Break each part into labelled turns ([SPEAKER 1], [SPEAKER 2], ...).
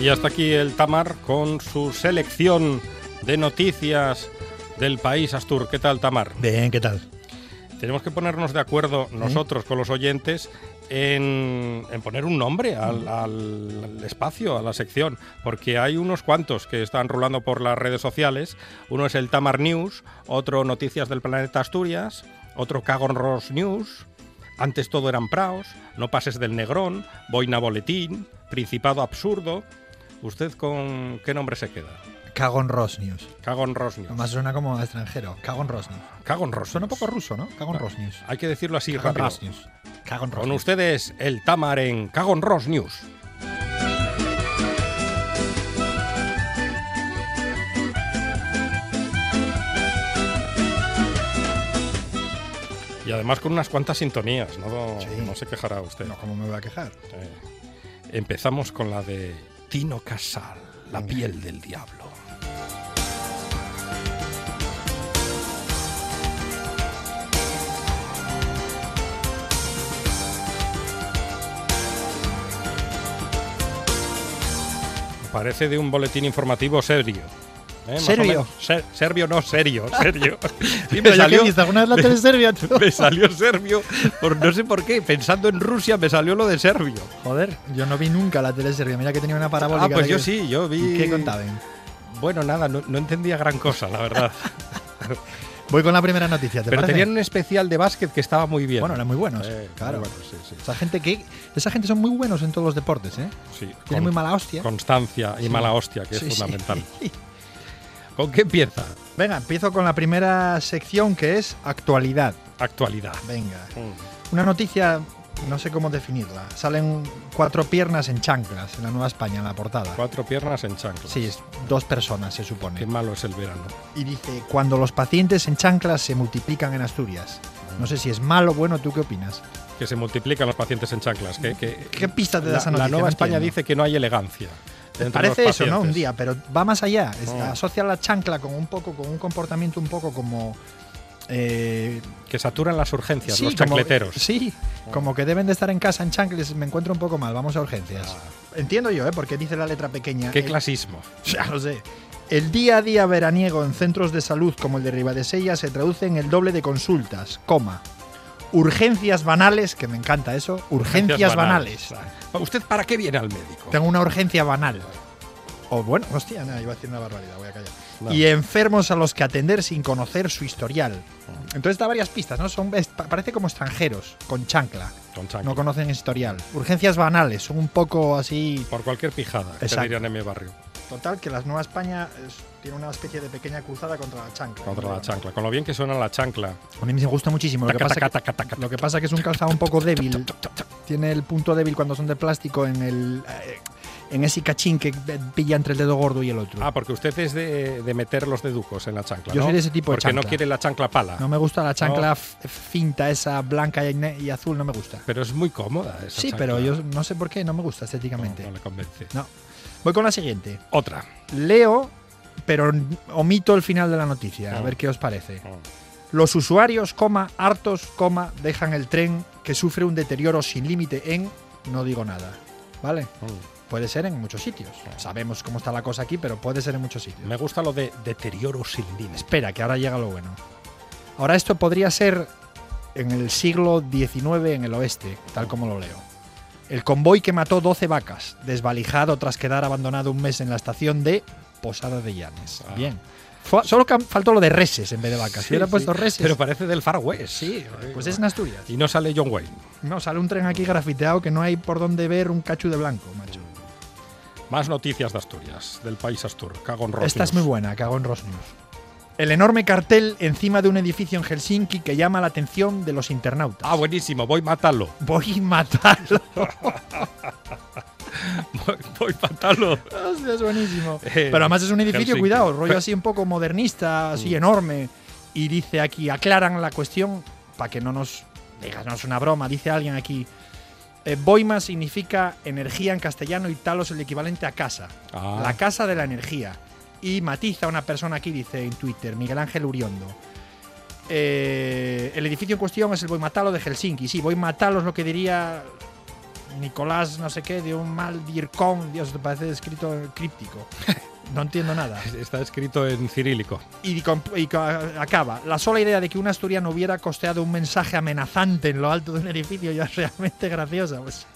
[SPEAKER 1] Y hasta aquí el Tamar con su selección de noticias del país Astur. ¿Qué tal, Tamar?
[SPEAKER 2] Bien, ¿qué tal?
[SPEAKER 1] Tenemos que ponernos de acuerdo nosotros con los oyentes en, en poner un nombre
[SPEAKER 2] Mm.
[SPEAKER 1] al, al- al espacio, a la sección, porque hay unos cuantos que están rolando por las redes sociales. Uno es el Tamar News, otro Noticias del Planeta Asturias, otro Cagon Ross News, antes todo eran praos, no pases del Negrón, Boina Boletín, Principado Absurdo. ¿Usted con qué nombre se queda?
[SPEAKER 2] Cagón Rosnius.
[SPEAKER 1] Cagon Ross News.
[SPEAKER 2] Más suena como extranjero. Cagón Rosnius.
[SPEAKER 1] Cagon Ross
[SPEAKER 2] Suena un
[SPEAKER 1] News.
[SPEAKER 2] poco ruso, ¿no? Cagón
[SPEAKER 1] Ah,
[SPEAKER 2] Rosnius.
[SPEAKER 1] Hay que decirlo así
[SPEAKER 2] Cagón
[SPEAKER 1] rápido.
[SPEAKER 2] Rosnius. Cagón
[SPEAKER 1] Con
[SPEAKER 2] Rosnius.
[SPEAKER 1] ustedes el Tamar en Cagon Ross News. Y además con unas cuantas sintonías, no,
[SPEAKER 2] Sí.
[SPEAKER 1] no se quejará usted.
[SPEAKER 2] No, ¿cómo me voy a quejar?
[SPEAKER 1] Eh, empezamos con la de Tino Casal, La piel del diablo. Parece de un boletín informativo serio. ¿eh? Más o
[SPEAKER 2] ¿Serio?
[SPEAKER 1] menos. Ser- serbio no, serio, serio. Sí,
[SPEAKER 2] ¿Pero ya que he visto alguna vez la tele serbia, tú?
[SPEAKER 1] me salió serbio, por no sé por qué, pensando en Rusia me salió lo de serbio.
[SPEAKER 2] Joder, yo no vi nunca la tele serbia. Mira que tenía una parabólica.
[SPEAKER 1] Ah, pues
[SPEAKER 2] de
[SPEAKER 1] yo
[SPEAKER 2] que-
[SPEAKER 1] sí, yo vi.
[SPEAKER 2] ¿Y ¿Qué contaban?
[SPEAKER 1] Bueno, nada, no, no entendía gran cosa, la verdad.
[SPEAKER 2] Voy con la primera noticia, ¿te
[SPEAKER 1] Pero
[SPEAKER 2] parece?
[SPEAKER 1] tenían un especial de básquet que estaba muy bien.
[SPEAKER 2] Bueno, eran muy buenos.
[SPEAKER 1] Eh,
[SPEAKER 2] claro.
[SPEAKER 1] muy buenos, sí, sí.
[SPEAKER 2] Esa gente que. Esa gente son muy buenos en todos los deportes, ¿eh?
[SPEAKER 1] Sí,
[SPEAKER 2] Tienen
[SPEAKER 1] con-
[SPEAKER 2] muy mala hostia.
[SPEAKER 1] Constancia y
[SPEAKER 2] Sí.
[SPEAKER 1] mala hostia, que
[SPEAKER 2] Sí,
[SPEAKER 1] es
[SPEAKER 2] sí.
[SPEAKER 1] fundamental. ¿Con qué empieza?
[SPEAKER 2] Venga, empiezo con la primera sección que es actualidad.
[SPEAKER 1] Actualidad.
[SPEAKER 2] Venga.
[SPEAKER 1] Mm,
[SPEAKER 2] Una noticia, no sé cómo definirla. Salen cuatro piernas en chanclas en la Nueva España, en la portada.
[SPEAKER 1] Cuatro piernas en chanclas.
[SPEAKER 2] Sí, es dos personas, se
[SPEAKER 1] Qué
[SPEAKER 2] supone.
[SPEAKER 1] malo es el verano.
[SPEAKER 2] Y dice, cuando los pacientes en chanclas se multiplican en Asturias. No sé si es malo o bueno, ¿tú qué opinas?
[SPEAKER 1] Que se multiplican los pacientes en chanclas. Que, que-
[SPEAKER 2] ¿Qué pista te da
[SPEAKER 1] la,
[SPEAKER 2] esa
[SPEAKER 1] la
[SPEAKER 2] noticia?
[SPEAKER 1] Nueva
[SPEAKER 2] No
[SPEAKER 1] España
[SPEAKER 2] entiendo.
[SPEAKER 1] dice que no hay elegancia. entre
[SPEAKER 2] Parece
[SPEAKER 1] los
[SPEAKER 2] eso, ¿no? Un
[SPEAKER 1] pacientes.
[SPEAKER 2] día, pero va más allá. Es-
[SPEAKER 1] Mm.
[SPEAKER 2] Asocia la chancla con un poco, con un comportamiento un poco como... eh,
[SPEAKER 1] Que saturan las urgencias,
[SPEAKER 2] sí,
[SPEAKER 1] los
[SPEAKER 2] como-
[SPEAKER 1] chancleteros.
[SPEAKER 2] sí, como que deben de estar en casa en chancles, me encuentro un poco mal, vamos a urgencias. Entiendo yo, ¿eh? Porque dice la letra pequeña.
[SPEAKER 1] Ah. Qué
[SPEAKER 2] Eh,
[SPEAKER 1] clasismo.
[SPEAKER 2] Ya lo sé. El día a día veraniego en centros de salud como el de Ribadesella se traduce en el doble de consultas, coma. Urgencias banales, que me encanta eso, urgencias banales.
[SPEAKER 1] ¿Usted para qué viene al médico?
[SPEAKER 2] Tengo una urgencia banal. O bueno, hostia, nada, iba a decir una barbaridad, voy a callar.
[SPEAKER 1] No.
[SPEAKER 2] Y enfermos a los que atender sin conocer su historial. Entonces da varias pistas, ¿no? Son, es- pa- parece como extranjeros, con chancla.
[SPEAKER 1] Con chancla.
[SPEAKER 2] No conocen historial. Urgencias banales, son un poco así
[SPEAKER 1] Por cualquier pijada, que
[SPEAKER 2] Exacto.
[SPEAKER 1] dirían en mi barrio,
[SPEAKER 2] Total, que la Nueva España es- tiene una especie de pequeña cruzada contra la chancla. ¿eh?
[SPEAKER 1] contra la chancla. Con lo bien que suena la chancla.
[SPEAKER 2] A mí me gusta muchísimo. Lo que,
[SPEAKER 1] Taca,
[SPEAKER 2] pasa
[SPEAKER 1] taca,
[SPEAKER 2] que,
[SPEAKER 1] taca, taca,
[SPEAKER 2] lo que pasa que es un calzado un poco débil. Tiene el punto débil cuando son de plástico en el eh, en ese cachín que eh, pilla entre el dedo gordo y el otro.
[SPEAKER 1] Ah, porque usted es de, de meter los deducos en la chancla.
[SPEAKER 2] Yo
[SPEAKER 1] ¿no?
[SPEAKER 2] soy de ese tipo de
[SPEAKER 1] Porque no
[SPEAKER 2] chancla.
[SPEAKER 1] quiere la chancla pala.
[SPEAKER 2] no me gusta la chancla
[SPEAKER 1] no.
[SPEAKER 2] f- finta, esa blanca y, ne- y azul, no me gusta.
[SPEAKER 1] Pero es muy cómoda esa
[SPEAKER 2] Sí,
[SPEAKER 1] chancla.
[SPEAKER 2] pero yo no sé por qué, no me gusta
[SPEAKER 1] No,
[SPEAKER 2] estéticamente.
[SPEAKER 1] no le convence.
[SPEAKER 2] No. Voy con la siguiente.
[SPEAKER 1] Otra.
[SPEAKER 2] Leo, pero omito el final de la noticia, a
[SPEAKER 1] Ah.
[SPEAKER 2] ver qué os parece.
[SPEAKER 1] Mm,
[SPEAKER 2] Los usuarios, coma, hartos, coma, dejan el tren que sufre un deterioro sin límite en no digo nada. ¿Vale?
[SPEAKER 1] mm.
[SPEAKER 2] Puede ser en muchos sitios. Sabemos cómo está la cosa aquí, pero puede ser en muchos sitios.
[SPEAKER 1] Me gusta lo de deterioro sin límites.
[SPEAKER 2] Espera, que ahora llega lo bueno. Ahora esto podría ser en el siglo XIX en el oeste, tal como lo leo. El convoy que mató 12 vacas, desvalijado tras quedar abandonado un mes en la estación de Posada de Llanes.
[SPEAKER 1] Ah.
[SPEAKER 2] Bien. Fue- solo cam- faltó lo de reses en vez de vacas.
[SPEAKER 1] Sí,
[SPEAKER 2] Si hubiera
[SPEAKER 1] sí.
[SPEAKER 2] puesto reses.
[SPEAKER 1] Pero parece del Far West.
[SPEAKER 2] Sí, pues es en Asturias.
[SPEAKER 1] Y no sale John Wayne.
[SPEAKER 2] No, sale un tren aquí grafiteado que no hay por dónde ver un cachu de blanco, macho.
[SPEAKER 1] Más noticias de Asturias, del país Astur. Cago en
[SPEAKER 2] Esta
[SPEAKER 1] Rosnius.
[SPEAKER 2] es muy buena, cagón Rosnius. El enorme cartel encima de un edificio en Helsinki que llama la atención de los internautas.
[SPEAKER 1] Ah, buenísimo, voy matarlo.
[SPEAKER 2] Voy a matarlo.
[SPEAKER 1] Voy, voy matarlo.
[SPEAKER 2] Hostia, es buenísimo.
[SPEAKER 1] Eh,
[SPEAKER 2] Pero además es un edificio,
[SPEAKER 1] Helsinki.
[SPEAKER 2] cuidado, rollo así un poco modernista, así enorme. Y dice aquí, aclaran la cuestión, para que no nos digas, no es una broma, dice alguien aquí. eh, boima significa energía en castellano y talos el equivalente a casa.
[SPEAKER 1] Ah.
[SPEAKER 2] La casa de la energía. Y matiza una persona aquí, dice en Twitter, Miguel Ángel Uriondo. Eh, el edificio en cuestión es el Boimatalo de Helsinki. Sí, Boimatalo es lo que diría Nicolás, no sé qué, de un mal Vircón. Dios, te parece escrito críptico. No entiendo nada.
[SPEAKER 1] Está escrito en cirílico.
[SPEAKER 2] Y, com- y ca- acaba. La sola idea de que un asturiano hubiera costeado un mensaje amenazante en lo alto de un edificio ya es realmente graciosa. Pues,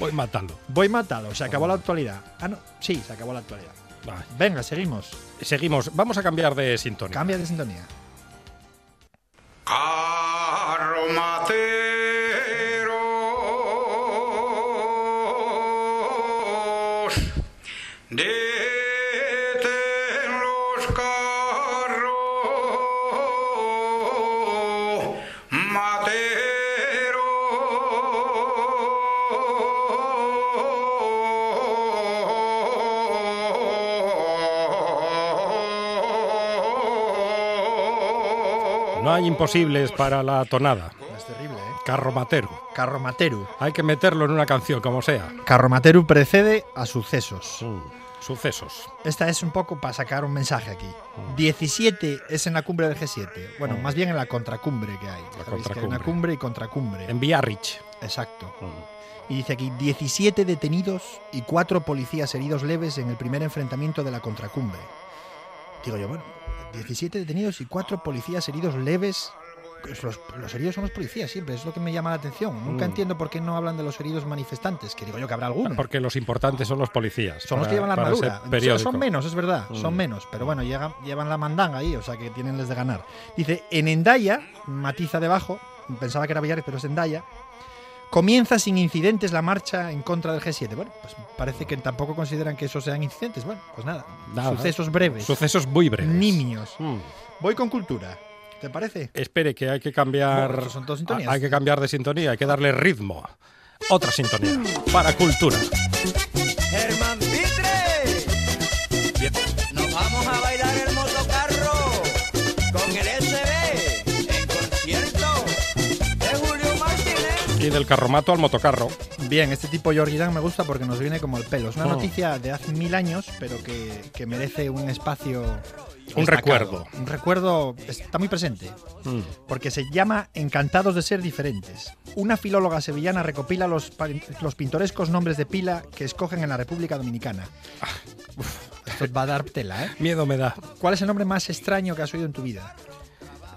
[SPEAKER 1] Voy matarlo.
[SPEAKER 2] voy matado, se acabó la actualidad. Ah, no, sí, se acabó la actualidad.
[SPEAKER 1] Ay.
[SPEAKER 2] Venga, seguimos.
[SPEAKER 1] Seguimos, vamos a cambiar de sintonía.
[SPEAKER 2] Cambia de sintonía.
[SPEAKER 3] Carro materos, deten los carros materos.
[SPEAKER 1] No hay imposibles para la tonada.
[SPEAKER 2] Es terrible, ¿eh?
[SPEAKER 1] Carromatero.
[SPEAKER 2] Carromateru.
[SPEAKER 1] Hay que meterlo en una canción, como sea.
[SPEAKER 2] Carromateru precede a sucesos.
[SPEAKER 1] Sucesos.
[SPEAKER 2] Esta es un poco para sacar un mensaje aquí. 17 es en la cumbre del G7. Bueno, más bien en la contracumbre que hay. Sabéis que Hay una
[SPEAKER 1] contracumbre.
[SPEAKER 2] cumbre y contracumbre.
[SPEAKER 1] En Biarritz.
[SPEAKER 2] Exacto. Y dice aquí 17 detenidos y 4 policías heridos leves en el primer enfrentamiento de la contracumbre. Digo yo, bueno, 17 detenidos y 4 policías heridos leves. Pues los, los heridos son los policías siempre, es lo que me llama la atención. Nunca
[SPEAKER 1] Mm.
[SPEAKER 2] entiendo por qué no hablan de los heridos manifestantes, que digo yo que habrá alguno.
[SPEAKER 1] Porque los importantes son los policías.
[SPEAKER 2] son los
[SPEAKER 1] para-
[SPEAKER 2] que llevan la
[SPEAKER 1] para
[SPEAKER 2] armadura.
[SPEAKER 1] ese
[SPEAKER 2] Son-
[SPEAKER 1] periódico.
[SPEAKER 2] Son menos, es verdad, son
[SPEAKER 1] Mm.
[SPEAKER 2] menos. Pero bueno, llegan- llevan la mandanga ahí, o sea que tienen les de ganar. Dice, en Endaya, matiza debajo, pensaba que era Villares, pero es Endaya, comienza sin incidentes la marcha en contra del G7. Bueno, pues parece que tampoco consideran que esos sean incidentes. Bueno, pues nada,
[SPEAKER 1] Nada.
[SPEAKER 2] sucesos breves,
[SPEAKER 1] Sucesos muy breves.
[SPEAKER 2] nimios.
[SPEAKER 1] Mm.
[SPEAKER 2] Voy con cultura, ¿te parece?
[SPEAKER 1] Espere, que hay que
[SPEAKER 2] Bueno,
[SPEAKER 1] cambiar.
[SPEAKER 2] estos son todos sintonías.
[SPEAKER 1] Hay que cambiar de sintonía, hay que darle ritmo. Otra sintonía. Para cultura.
[SPEAKER 4] Germán Pitre. Nos vamos a bailar el motocarro con el SB en concierto de Julio Martínez.
[SPEAKER 1] Y del carromato al motocarro.
[SPEAKER 2] Bien, este tipo Jordi Dan me gusta porque nos viene como el pelo. Es una
[SPEAKER 1] Oh.
[SPEAKER 2] noticia de hace mil años, pero que, que merece un espacio. destacado.
[SPEAKER 1] recuerdo.
[SPEAKER 2] Un recuerdo está muy presente,
[SPEAKER 1] Mm.
[SPEAKER 2] porque se llama Encantados de ser diferentes. Una filóloga sevillana recopila los, pa- los pintorescos nombres de pila que escogen en la República Dominicana.
[SPEAKER 1] Ah.
[SPEAKER 2] Uf, esto va a dar tela, ¿eh?
[SPEAKER 1] Miedo me da.
[SPEAKER 2] ¿Cuál es el nombre más extraño que has oído en tu vida?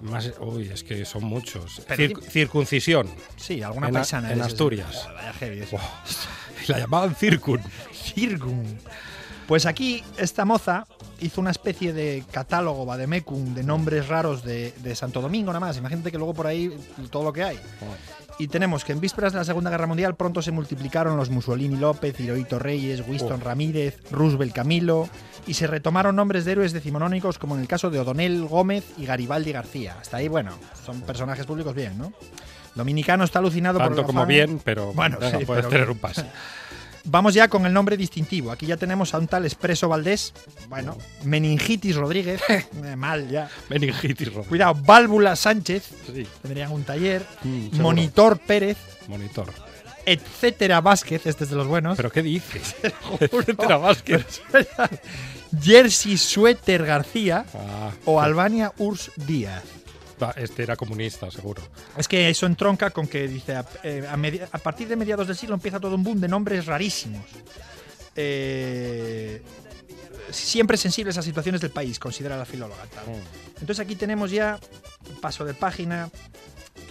[SPEAKER 1] Más, uy, es que son muchos.
[SPEAKER 2] Pero
[SPEAKER 1] Cir- circuncisión.
[SPEAKER 2] Sí, alguna
[SPEAKER 1] En a-
[SPEAKER 2] paisana.
[SPEAKER 1] en
[SPEAKER 2] dices,
[SPEAKER 1] Asturias.
[SPEAKER 2] "Oh, vaya heavy eso".
[SPEAKER 1] Buah. La llamaban circun.
[SPEAKER 2] Circum. Pues aquí esta moza hizo una especie de catálogo vademecum de nombres raros de, de Santo Domingo nada más. Imagínate que luego por ahí todo lo que hay. Y tenemos que en vísperas de la Segunda Guerra Mundial pronto se multiplicaron los Mussolini López, Hirohito Reyes, Winston Ramírez, Roosevelt Camilo y se retomaron nombres de héroes decimonónicos como en el caso de O'Donnell Gómez y Garibaldi García. Hasta ahí, bueno, son personajes públicos bien, ¿no? Dominicano está alucinado por
[SPEAKER 1] Tanto
[SPEAKER 2] el
[SPEAKER 1] como
[SPEAKER 2] afán-
[SPEAKER 1] bien, pero
[SPEAKER 2] Bueno,
[SPEAKER 1] bueno,
[SPEAKER 2] sí,
[SPEAKER 1] puedes
[SPEAKER 2] pero-
[SPEAKER 1] tener un pase.
[SPEAKER 2] Vamos ya con el nombre distintivo. Aquí ya tenemos a un tal Expreso Valdés. Bueno, Meningitis Rodríguez. eh, Mal ya.
[SPEAKER 1] Meningitis, Rob.
[SPEAKER 2] Cuidado, Válvula Sánchez.
[SPEAKER 1] Sí,
[SPEAKER 2] Tendrían un taller.
[SPEAKER 1] Mm, seguro.
[SPEAKER 2] Monitor Pérez.
[SPEAKER 1] monitor.
[SPEAKER 2] Etcétera Vázquez. Este es de los buenos.
[SPEAKER 1] ¿Pero qué dices? Etcétera Vázquez.
[SPEAKER 2] Jersey Suéter García.
[SPEAKER 1] Ah,
[SPEAKER 2] O Albania Urs Díaz.
[SPEAKER 1] va, este era comunista, seguro.
[SPEAKER 2] Es que eso entronca con que dice a, eh, a medi- a partir de mediados del siglo empieza todo un boom de nombres rarísimos. Eh, siempre sensibles a situaciones del país, considera la filóloga. tal.
[SPEAKER 1] Mm.
[SPEAKER 2] Entonces aquí tenemos ya paso de página.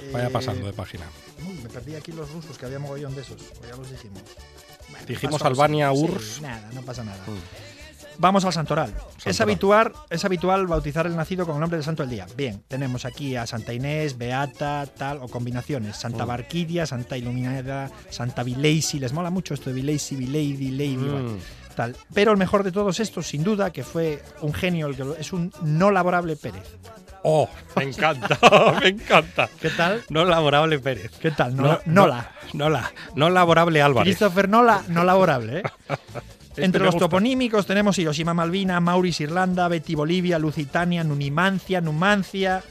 [SPEAKER 2] eh,
[SPEAKER 1] Vaya pasando de página.
[SPEAKER 2] uy, me perdí aquí los rusos que había mogollón de esos. o ya los dijimos. Bueno,
[SPEAKER 1] Dijimos
[SPEAKER 2] paso al-
[SPEAKER 1] Albania,
[SPEAKER 2] sí,
[SPEAKER 1] URSS.
[SPEAKER 2] nada, no pasa nada.
[SPEAKER 1] Mm.
[SPEAKER 2] Vamos al santoral. Es,
[SPEAKER 1] Santoral.
[SPEAKER 2] habitual, es habitual bautizar el nacido con el nombre del santo del día. Bien, tenemos aquí a Santa Inés, Beata, tal, o combinaciones.
[SPEAKER 1] Mm.
[SPEAKER 2] Santa Barquidia, Santa Iluminada, Santa Vileisi. Les mola mucho esto de Vileisi, Vilady, Lady.
[SPEAKER 1] Mm.
[SPEAKER 2] bueno. tal. Pero el mejor de todos estos, sin duda, que fue un genio, el que lo- es un no laborable Pérez.
[SPEAKER 1] Oh, me encanta, me encanta.
[SPEAKER 2] ¿Qué tal?
[SPEAKER 1] No laborable Pérez.
[SPEAKER 2] ¿Qué tal? No,
[SPEAKER 1] No,
[SPEAKER 2] Nola.
[SPEAKER 1] No, la, no laborable Álvarez.
[SPEAKER 2] Christopher Nola, no laborable. ¿eh?
[SPEAKER 1] Este
[SPEAKER 2] Entre
[SPEAKER 1] me
[SPEAKER 2] los
[SPEAKER 1] gusta.
[SPEAKER 2] toponímicos tenemos Hiroshima Malvina, Mauris Irlanda, Betty Bolivia, Lusitania, Nunimancia, Numancia.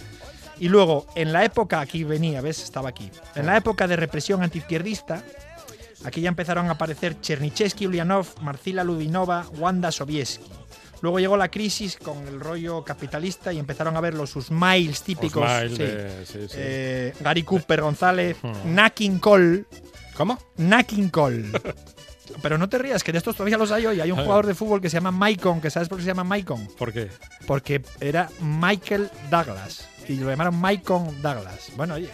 [SPEAKER 2] Y luego, en la época, aquí venía, ¿ves? Estaba aquí. En
[SPEAKER 1] Ah.
[SPEAKER 2] la época de represión antiizquierdista, aquí ya empezaron a aparecer Chernichesky, Ulyanov, Marcila Ludinova, Wanda Sobieski. Luego llegó la crisis con el rollo capitalista y empezaron a ver los Usmails típicos.
[SPEAKER 1] Osmail,
[SPEAKER 2] sí.
[SPEAKER 1] eh, sí, sí.
[SPEAKER 2] Eh, Gary Cooper González, Nakin Cole,
[SPEAKER 1] ¿Cómo?
[SPEAKER 2] Nakin Cole. Pero no te rías, que de estos todavía los hay hoy. Hay un
[SPEAKER 1] Ah.
[SPEAKER 2] jugador de fútbol que se llama Maicon, que sabes por qué se llama Maicon.
[SPEAKER 1] ¿Por qué?
[SPEAKER 2] Porque era Michael Douglas. Y lo llamaron Maicon Douglas. Bueno, oye,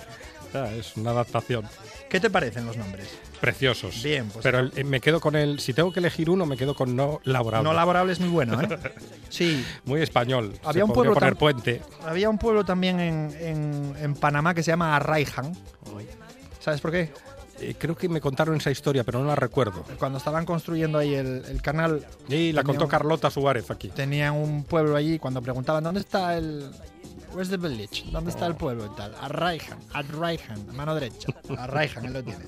[SPEAKER 1] Ah, es una adaptación.
[SPEAKER 2] ¿qué te parecen los nombres?
[SPEAKER 1] Preciosos.
[SPEAKER 2] Bien, pues-
[SPEAKER 1] Pero el- eh, me quedo con el. Si tengo que elegir uno, me quedo con no laborable.
[SPEAKER 2] No laborable es muy bueno, ¿eh? Sí.
[SPEAKER 1] Muy español.
[SPEAKER 2] Había
[SPEAKER 1] Se
[SPEAKER 2] un
[SPEAKER 1] podría
[SPEAKER 2] pueblo
[SPEAKER 1] poner
[SPEAKER 2] tan-
[SPEAKER 1] puente.
[SPEAKER 2] Había un pueblo también en, en- en Panamá que se llama Arraijan. ¿Sabes por qué?
[SPEAKER 1] Eh, creo que me contaron esa historia, pero no la recuerdo.
[SPEAKER 2] Cuando estaban construyendo ahí el, el canal,
[SPEAKER 1] Y la
[SPEAKER 2] Tenía
[SPEAKER 1] contó
[SPEAKER 2] un-
[SPEAKER 1] Carlota Suárez aquí.
[SPEAKER 2] tenían un pueblo allí. Cuando preguntaban, ¿dónde está el. Where's the village? ¿Dónde
[SPEAKER 1] Oh.
[SPEAKER 2] está el pueblo y tal? Arraijan, Arraijan, mano derecha. Arraijan, ahí lo tienes.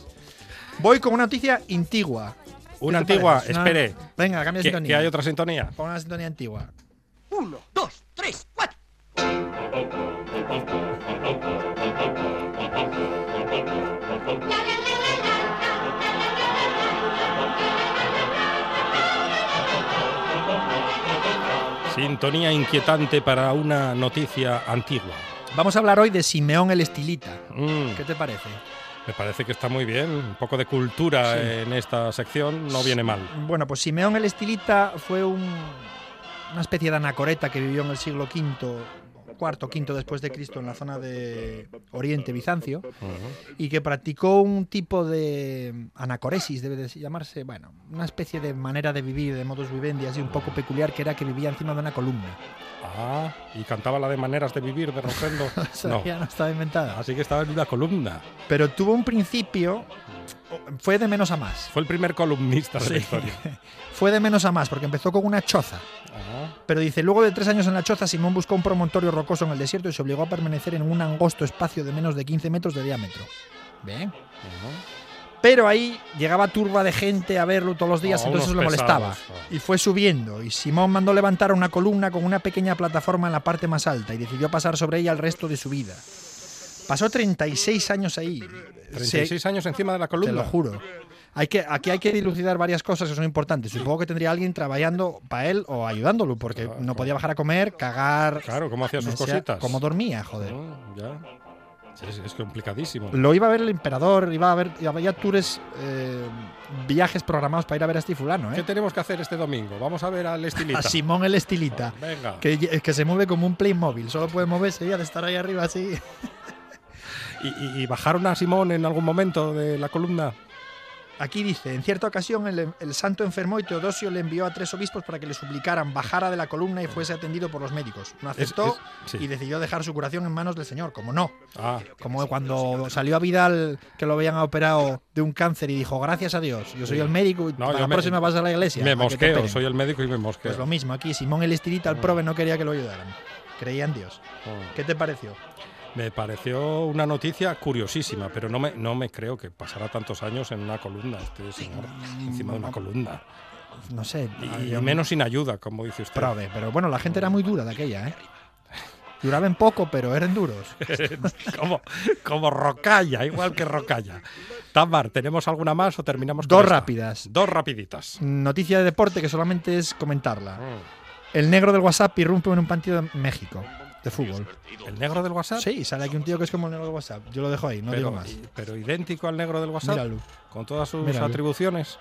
[SPEAKER 2] Voy con una noticia antigua.
[SPEAKER 1] Una
[SPEAKER 2] ¿Qué te
[SPEAKER 1] antigua,
[SPEAKER 2] parece? Una-
[SPEAKER 1] espere.
[SPEAKER 2] Venga, cambia de
[SPEAKER 1] ¿Que,
[SPEAKER 2] sintonía.
[SPEAKER 1] que hay otra sintonía?
[SPEAKER 2] Pon una sintonía antigua.
[SPEAKER 1] Sintonía inquietante para una noticia antigua.
[SPEAKER 2] Vamos a hablar hoy de Simeón el Estilita.
[SPEAKER 1] Mm,
[SPEAKER 2] ¿Qué te parece?
[SPEAKER 1] me parece que está muy bien. Un poco de cultura en esta sección no viene mal.
[SPEAKER 2] Bueno, pues Simeón el Estilita fue un- una especie de anacoreta que vivió en el siglo V, cuarto, quinto después de Cristo en la zona de Oriente Bizancio y que practicó un tipo de anacoresis, debe de llamarse, bueno, una especie de manera de vivir, de modus vivendi así un poco peculiar que era que vivía encima de una columna.
[SPEAKER 1] Ah, y cantaba la de maneras de vivir de Rosendo.
[SPEAKER 2] O sea,
[SPEAKER 1] No.
[SPEAKER 2] ya no estaba inventada.
[SPEAKER 1] Así que estaba en una columna.
[SPEAKER 2] Pero tuvo un principio, fue de menos a más.
[SPEAKER 1] Fue el primer columnista de la
[SPEAKER 2] Sí.
[SPEAKER 1] historia.
[SPEAKER 2] Fue de menos a más porque empezó con una choza.
[SPEAKER 1] Ah,
[SPEAKER 2] Pero dice, luego de tres años en la choza, Simón buscó un promontorio rocoso en el desierto y se obligó a permanecer en un angosto espacio de menos de 15 metros de diámetro. Bien.
[SPEAKER 1] ah.
[SPEAKER 2] Pero ahí llegaba turba de gente a verlo todos los días,
[SPEAKER 1] Ah,
[SPEAKER 2] entonces eso le
[SPEAKER 1] unos
[SPEAKER 2] molestaba.
[SPEAKER 1] pesados, ah.
[SPEAKER 2] Y fue subiendo, y Simón mandó levantar una columna con una pequeña plataforma en la parte más alta y decidió pasar sobre ella el resto de su vida. Pasó 36 años ahí. Se-
[SPEAKER 1] 36 años encima de la
[SPEAKER 2] te
[SPEAKER 1] columna.
[SPEAKER 2] lo juro. Hay que, aquí hay que dilucidar varias cosas que son importantes. Supongo que tendría alguien trabajando para él o ayudándolo, porque
[SPEAKER 1] Claro,
[SPEAKER 2] no podía bajar a comer, cagar.
[SPEAKER 1] Claro, ¿cómo hacía sus
[SPEAKER 2] mesear,
[SPEAKER 1] cositas?
[SPEAKER 2] Cómo dormía, joder.
[SPEAKER 1] Mm, ya. Es, es complicadísimo.
[SPEAKER 2] Lo iba a ver el emperador, iba a ver, había tours, eh, viajes programados para ir a ver a este fulano,
[SPEAKER 1] ¿Qué
[SPEAKER 2] ¿eh?
[SPEAKER 1] tenemos que hacer este domingo? Vamos a ver al estilita.
[SPEAKER 2] A Simón el Estilita.
[SPEAKER 1] Venga.
[SPEAKER 2] Que, lle- que se mueve como un Playmobil, solo puede moverse y ha de estar ahí arriba así.
[SPEAKER 1] ¿Y, y- y bajaron a Simón en algún momento de la columna?
[SPEAKER 2] Aquí dice, en cierta ocasión el, el santo enfermó y Teodosio le envió a tres obispos para que le suplicaran bajara de la columna y fuese atendido por los médicos. No aceptó
[SPEAKER 1] es- sí.
[SPEAKER 2] y decidió dejar su curación en manos del Señor, como no.
[SPEAKER 1] Ah,
[SPEAKER 2] Como cuando salió a Vidal que lo habían operado de un cáncer y dijo, gracias a Dios, yo soy el médico y
[SPEAKER 1] No,
[SPEAKER 2] para
[SPEAKER 1] yo
[SPEAKER 2] la
[SPEAKER 1] me-
[SPEAKER 2] próxima vas a la iglesia.
[SPEAKER 1] me
[SPEAKER 2] para que te
[SPEAKER 1] mosqueo,
[SPEAKER 2] operen".
[SPEAKER 1] soy el médico y me mosqueo.
[SPEAKER 2] Pues lo mismo, aquí Simón el Estirita,
[SPEAKER 1] Ah.
[SPEAKER 2] el prove, no quería que lo ayudaran. Creía en Dios.
[SPEAKER 1] Mm.
[SPEAKER 2] ¿Qué te pareció?
[SPEAKER 1] Me pareció una noticia curiosísima, pero no me, no me creo que pasara tantos años en una columna este señor,
[SPEAKER 2] Mm,
[SPEAKER 1] encima de una columna.
[SPEAKER 2] No sé.
[SPEAKER 1] Y, y
[SPEAKER 2] yo-
[SPEAKER 1] menos sin ayuda, como dice usted.
[SPEAKER 2] Prove, pero bueno, la gente era muy dura de aquella, ¿eh? Duraban poco, pero eran duros.
[SPEAKER 1] como, como rocalla, igual que rocalla. Tamar, ¿tenemos alguna más o terminamos con
[SPEAKER 2] Dos
[SPEAKER 1] esta?
[SPEAKER 2] rápidas.
[SPEAKER 1] Dos rapiditas.
[SPEAKER 2] Noticia de deporte que solamente es comentarla.
[SPEAKER 1] Mm.
[SPEAKER 2] El negro del WhatsApp irrumpe en un partido en México de fútbol.
[SPEAKER 1] ¿El negro del WhatsApp?
[SPEAKER 2] Sí, sale aquí un tío que es como el negro del WhatsApp. Yo lo dejo ahí, no
[SPEAKER 1] pero,
[SPEAKER 2] digo más.
[SPEAKER 1] i- pero idéntico al negro del WhatsApp,
[SPEAKER 2] Míralo.
[SPEAKER 1] con todas sus
[SPEAKER 2] Míralo.
[SPEAKER 1] atribuciones.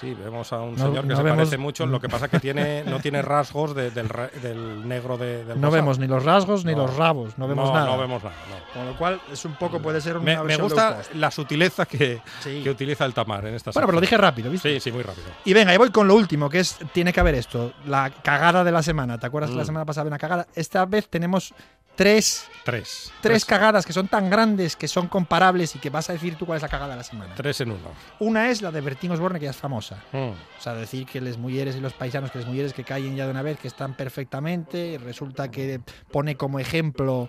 [SPEAKER 1] Sí, vemos a un
[SPEAKER 2] No-
[SPEAKER 1] señor que
[SPEAKER 2] no
[SPEAKER 1] se
[SPEAKER 2] vemos-
[SPEAKER 1] parece mucho, lo que pasa que tiene, no tiene rasgos de- del, ra- del negro de- del
[SPEAKER 2] No
[SPEAKER 1] WhatsApp.
[SPEAKER 2] vemos ni los rasgos ni
[SPEAKER 1] No.
[SPEAKER 2] los rabos, no vemos
[SPEAKER 1] no,
[SPEAKER 2] nada.
[SPEAKER 1] No vemos nada. no.
[SPEAKER 2] Con lo cual, es un poco, puede ser una
[SPEAKER 1] Me, me
[SPEAKER 2] versión de un
[SPEAKER 1] gusta
[SPEAKER 2] post.
[SPEAKER 1] la sutileza que,
[SPEAKER 2] Sí.
[SPEAKER 1] que utiliza el Tamar en estas.
[SPEAKER 2] Bueno, pero lo dije rápido, ¿viste?
[SPEAKER 1] Sí, sí, muy rápido.
[SPEAKER 2] Y venga, y voy con lo último, que es, tiene que haber esto, la cagada de la semana. ¿Te acuerdas que la semana pasada había una cagada? Esta vez tenemos tres,
[SPEAKER 1] Tres.
[SPEAKER 2] tres cagadas que son tan grandes que son comparables y que vas a decir tú cuál es la cagada de la semana.
[SPEAKER 1] Tres en uno.
[SPEAKER 2] Una es la de Bertín Osborne, que ya es famosa.
[SPEAKER 1] Mm.
[SPEAKER 2] O sea, decir que les mujeres y los paisanos, que les mujeres que callen ya de una vez, que están perfectamente, y resulta que pone como ejemplo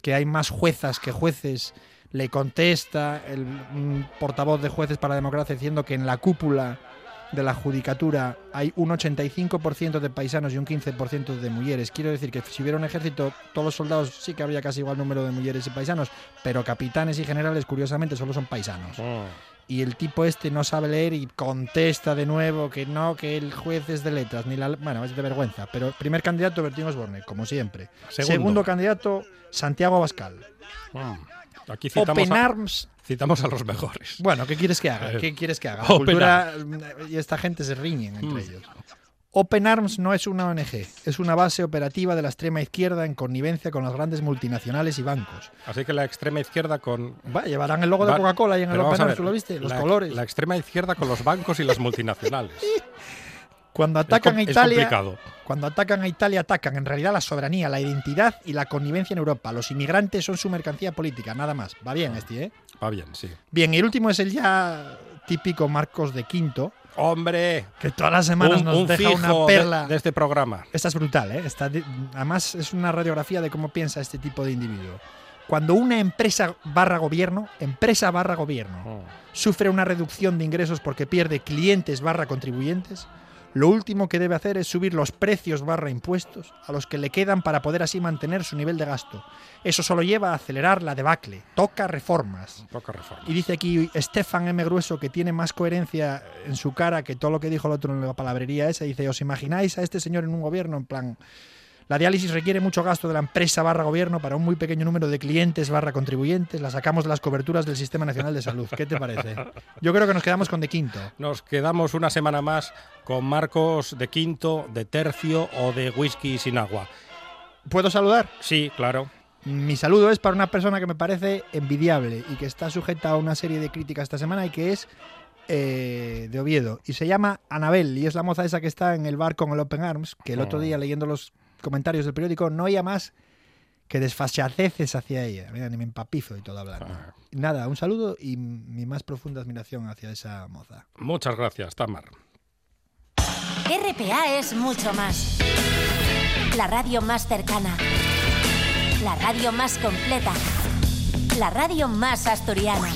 [SPEAKER 2] que hay más juezas que jueces, le contesta el un portavoz de jueces para la democracia diciendo que en la cúpula de la judicatura hay un 85% de paisanos y un 15% de mujeres. Quiero decir que si hubiera un ejército, todos los soldados sí que habría casi igual número de mujeres y paisanos, pero capitanes y generales, curiosamente, solo son paisanos
[SPEAKER 1] Mm.
[SPEAKER 2] y el tipo este no sabe leer y contesta de nuevo que no, que el juez es de letras, ni la bueno, es de vergüenza, pero primer candidato Bertín Osborne, como siempre.
[SPEAKER 1] Segundo.
[SPEAKER 2] candidato Santiago Abascal.
[SPEAKER 1] Mm. Aquí citamos
[SPEAKER 2] Open
[SPEAKER 1] a,
[SPEAKER 2] Arms.
[SPEAKER 1] citamos a los mejores.
[SPEAKER 2] Bueno, ¿qué quieres que haga?
[SPEAKER 1] Eh,
[SPEAKER 2] ¿Qué quieres que haga? La
[SPEAKER 1] Open Mm.
[SPEAKER 2] cultura mm, y esta gente se riñen entre ellos. Open Arms no es una ONG, es una base operativa de la extrema izquierda en connivencia con las grandes multinacionales y bancos.
[SPEAKER 1] Así que la extrema izquierda con.
[SPEAKER 2] Va, llevarán el logo de
[SPEAKER 1] Va-
[SPEAKER 2] Coca-Cola ahí en el
[SPEAKER 1] Pero vamos
[SPEAKER 2] Open
[SPEAKER 1] a
[SPEAKER 2] Arms,
[SPEAKER 1] ver,
[SPEAKER 2] ¿tú lo viste? Los
[SPEAKER 1] la-
[SPEAKER 2] colores.
[SPEAKER 1] La extrema izquierda con los bancos y las multinacionales.
[SPEAKER 2] Cuando atacan
[SPEAKER 1] es,
[SPEAKER 2] a
[SPEAKER 1] com-
[SPEAKER 2] Italia,
[SPEAKER 1] Es complicado.
[SPEAKER 2] Cuando atacan a Italia, atacan en realidad la soberanía, la identidad y la connivencia en Europa. Los inmigrantes son su mercancía política, nada más. Va bien este, ¿eh?
[SPEAKER 1] Va bien, sí.
[SPEAKER 2] Bien, y el último es el ya típico Marcos de Quinto,
[SPEAKER 1] ¡Hombre!
[SPEAKER 2] que todas las semanas
[SPEAKER 1] un,
[SPEAKER 2] nos
[SPEAKER 1] un
[SPEAKER 2] deja
[SPEAKER 1] fijo
[SPEAKER 2] una
[SPEAKER 1] de-
[SPEAKER 2] perla.
[SPEAKER 1] de, este programa.
[SPEAKER 2] Esta es brutal, ¿eh? Esta di- además, es una radiografía de cómo piensa este tipo de individuo. Cuando una empresa barra gobierno, empresa barra gobierno, sufre una reducción de ingresos porque pierde clientes barra contribuyentes, lo último que debe hacer es subir los precios barra impuestos a los que le quedan para poder así mantener su nivel de gasto. Eso solo lleva a acelerar la debacle. Toca reformas.
[SPEAKER 1] Poca reforma.
[SPEAKER 2] Y dice aquí Stefan M. Grueso que tiene más coherencia en su cara que todo lo que dijo el otro en la palabrería esa. Dice, ¿os imagináis a este señor en un gobierno? En plan, la diálisis requiere mucho gasto de la empresa barra gobierno para un muy pequeño número de clientes barra contribuyentes. La sacamos de las coberturas del Sistema Nacional de Salud. ¿Qué te parece? Yo creo que nos quedamos con de quinto.
[SPEAKER 1] Nos quedamos una semana más con Marcos de Quinto, de Tercio o de Whisky sin agua.
[SPEAKER 2] ¿Puedo saludar?
[SPEAKER 1] Sí, claro.
[SPEAKER 2] Mi saludo es para una persona que me parece envidiable y que está sujeta a una serie de críticas esta semana y que es eh, de Oviedo. Y se llama Anabel y es la moza esa que está en el bar con el Open Arms, que el otro día leyendo los comentarios del periódico no oía más que desfachaceces hacia ella. Mira, ni me empapizo y todo hablar.
[SPEAKER 1] Ah.
[SPEAKER 2] Nada, un saludo y mi más profunda admiración hacia esa moza.
[SPEAKER 1] Muchas gracias, Tamar.
[SPEAKER 5] RPA es mucho más. La radio más cercana. La radio más completa. La radio más asturiana.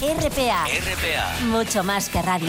[SPEAKER 5] RPA,
[SPEAKER 4] RPA.
[SPEAKER 5] mucho más que radio.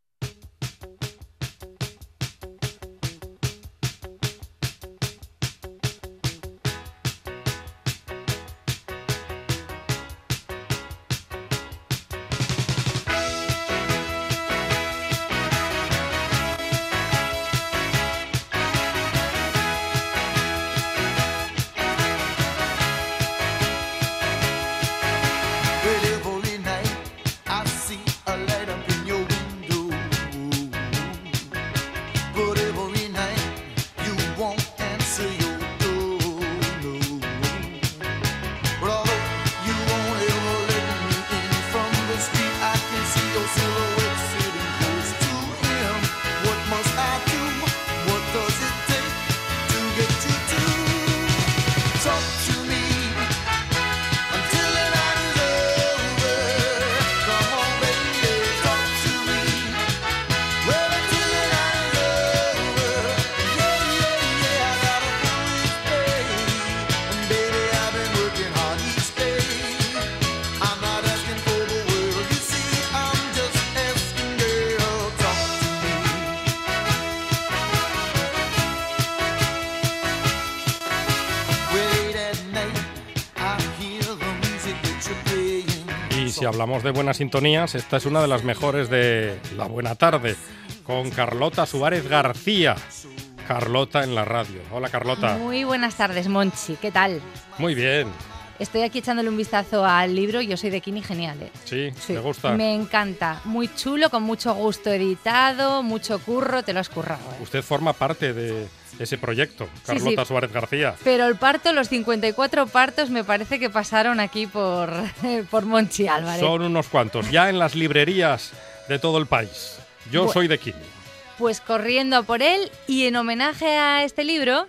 [SPEAKER 6] Well, every night I see a light up in your window. But every night you won't answer your door. No. But although you won't ever let me in from the street, I can see your silhouette sitting close to him. What must I do? What does it take to get you to talk to me? Until the night is over, come on, baby, talk to me. Well, until the night is over, yeah, yeah, yeah, I gotta do this, baby. And baby, I've been working hard each day. I'm not asking for the world, you see, I'm just asking, girl, talk to me. Wait at night, I hear the music that you're playing.
[SPEAKER 1] Y si hablamos de buenas sintonías, esta es una de las mejores de La Buena Tarde, con Carlota Suárez García. Carlota en la radio. Hola Carlota.
[SPEAKER 7] Muy buenas tardes, Monchi. ¿Qué tal?
[SPEAKER 1] Muy bien.
[SPEAKER 7] Estoy aquí echándole un vistazo al libro Yo soy de Kini Genial. ¿eh?
[SPEAKER 1] Sí,
[SPEAKER 7] Sí,
[SPEAKER 1] me gusta.
[SPEAKER 7] Me encanta. Muy chulo, con mucho gusto editado, mucho curro, te lo has currado. ¿eh?
[SPEAKER 1] Usted forma parte de ese proyecto,
[SPEAKER 7] Sí, sí.
[SPEAKER 1] Carlota Suárez García.
[SPEAKER 7] Pero el parto, los 54 partos, me parece que pasaron aquí por, por Monchi Álvarez.
[SPEAKER 1] Son unos cuantos. Ya en las librerías de todo el país. Yo
[SPEAKER 7] Bu-
[SPEAKER 1] soy de Quini.
[SPEAKER 7] Pues corriendo a por él y en homenaje a este libro,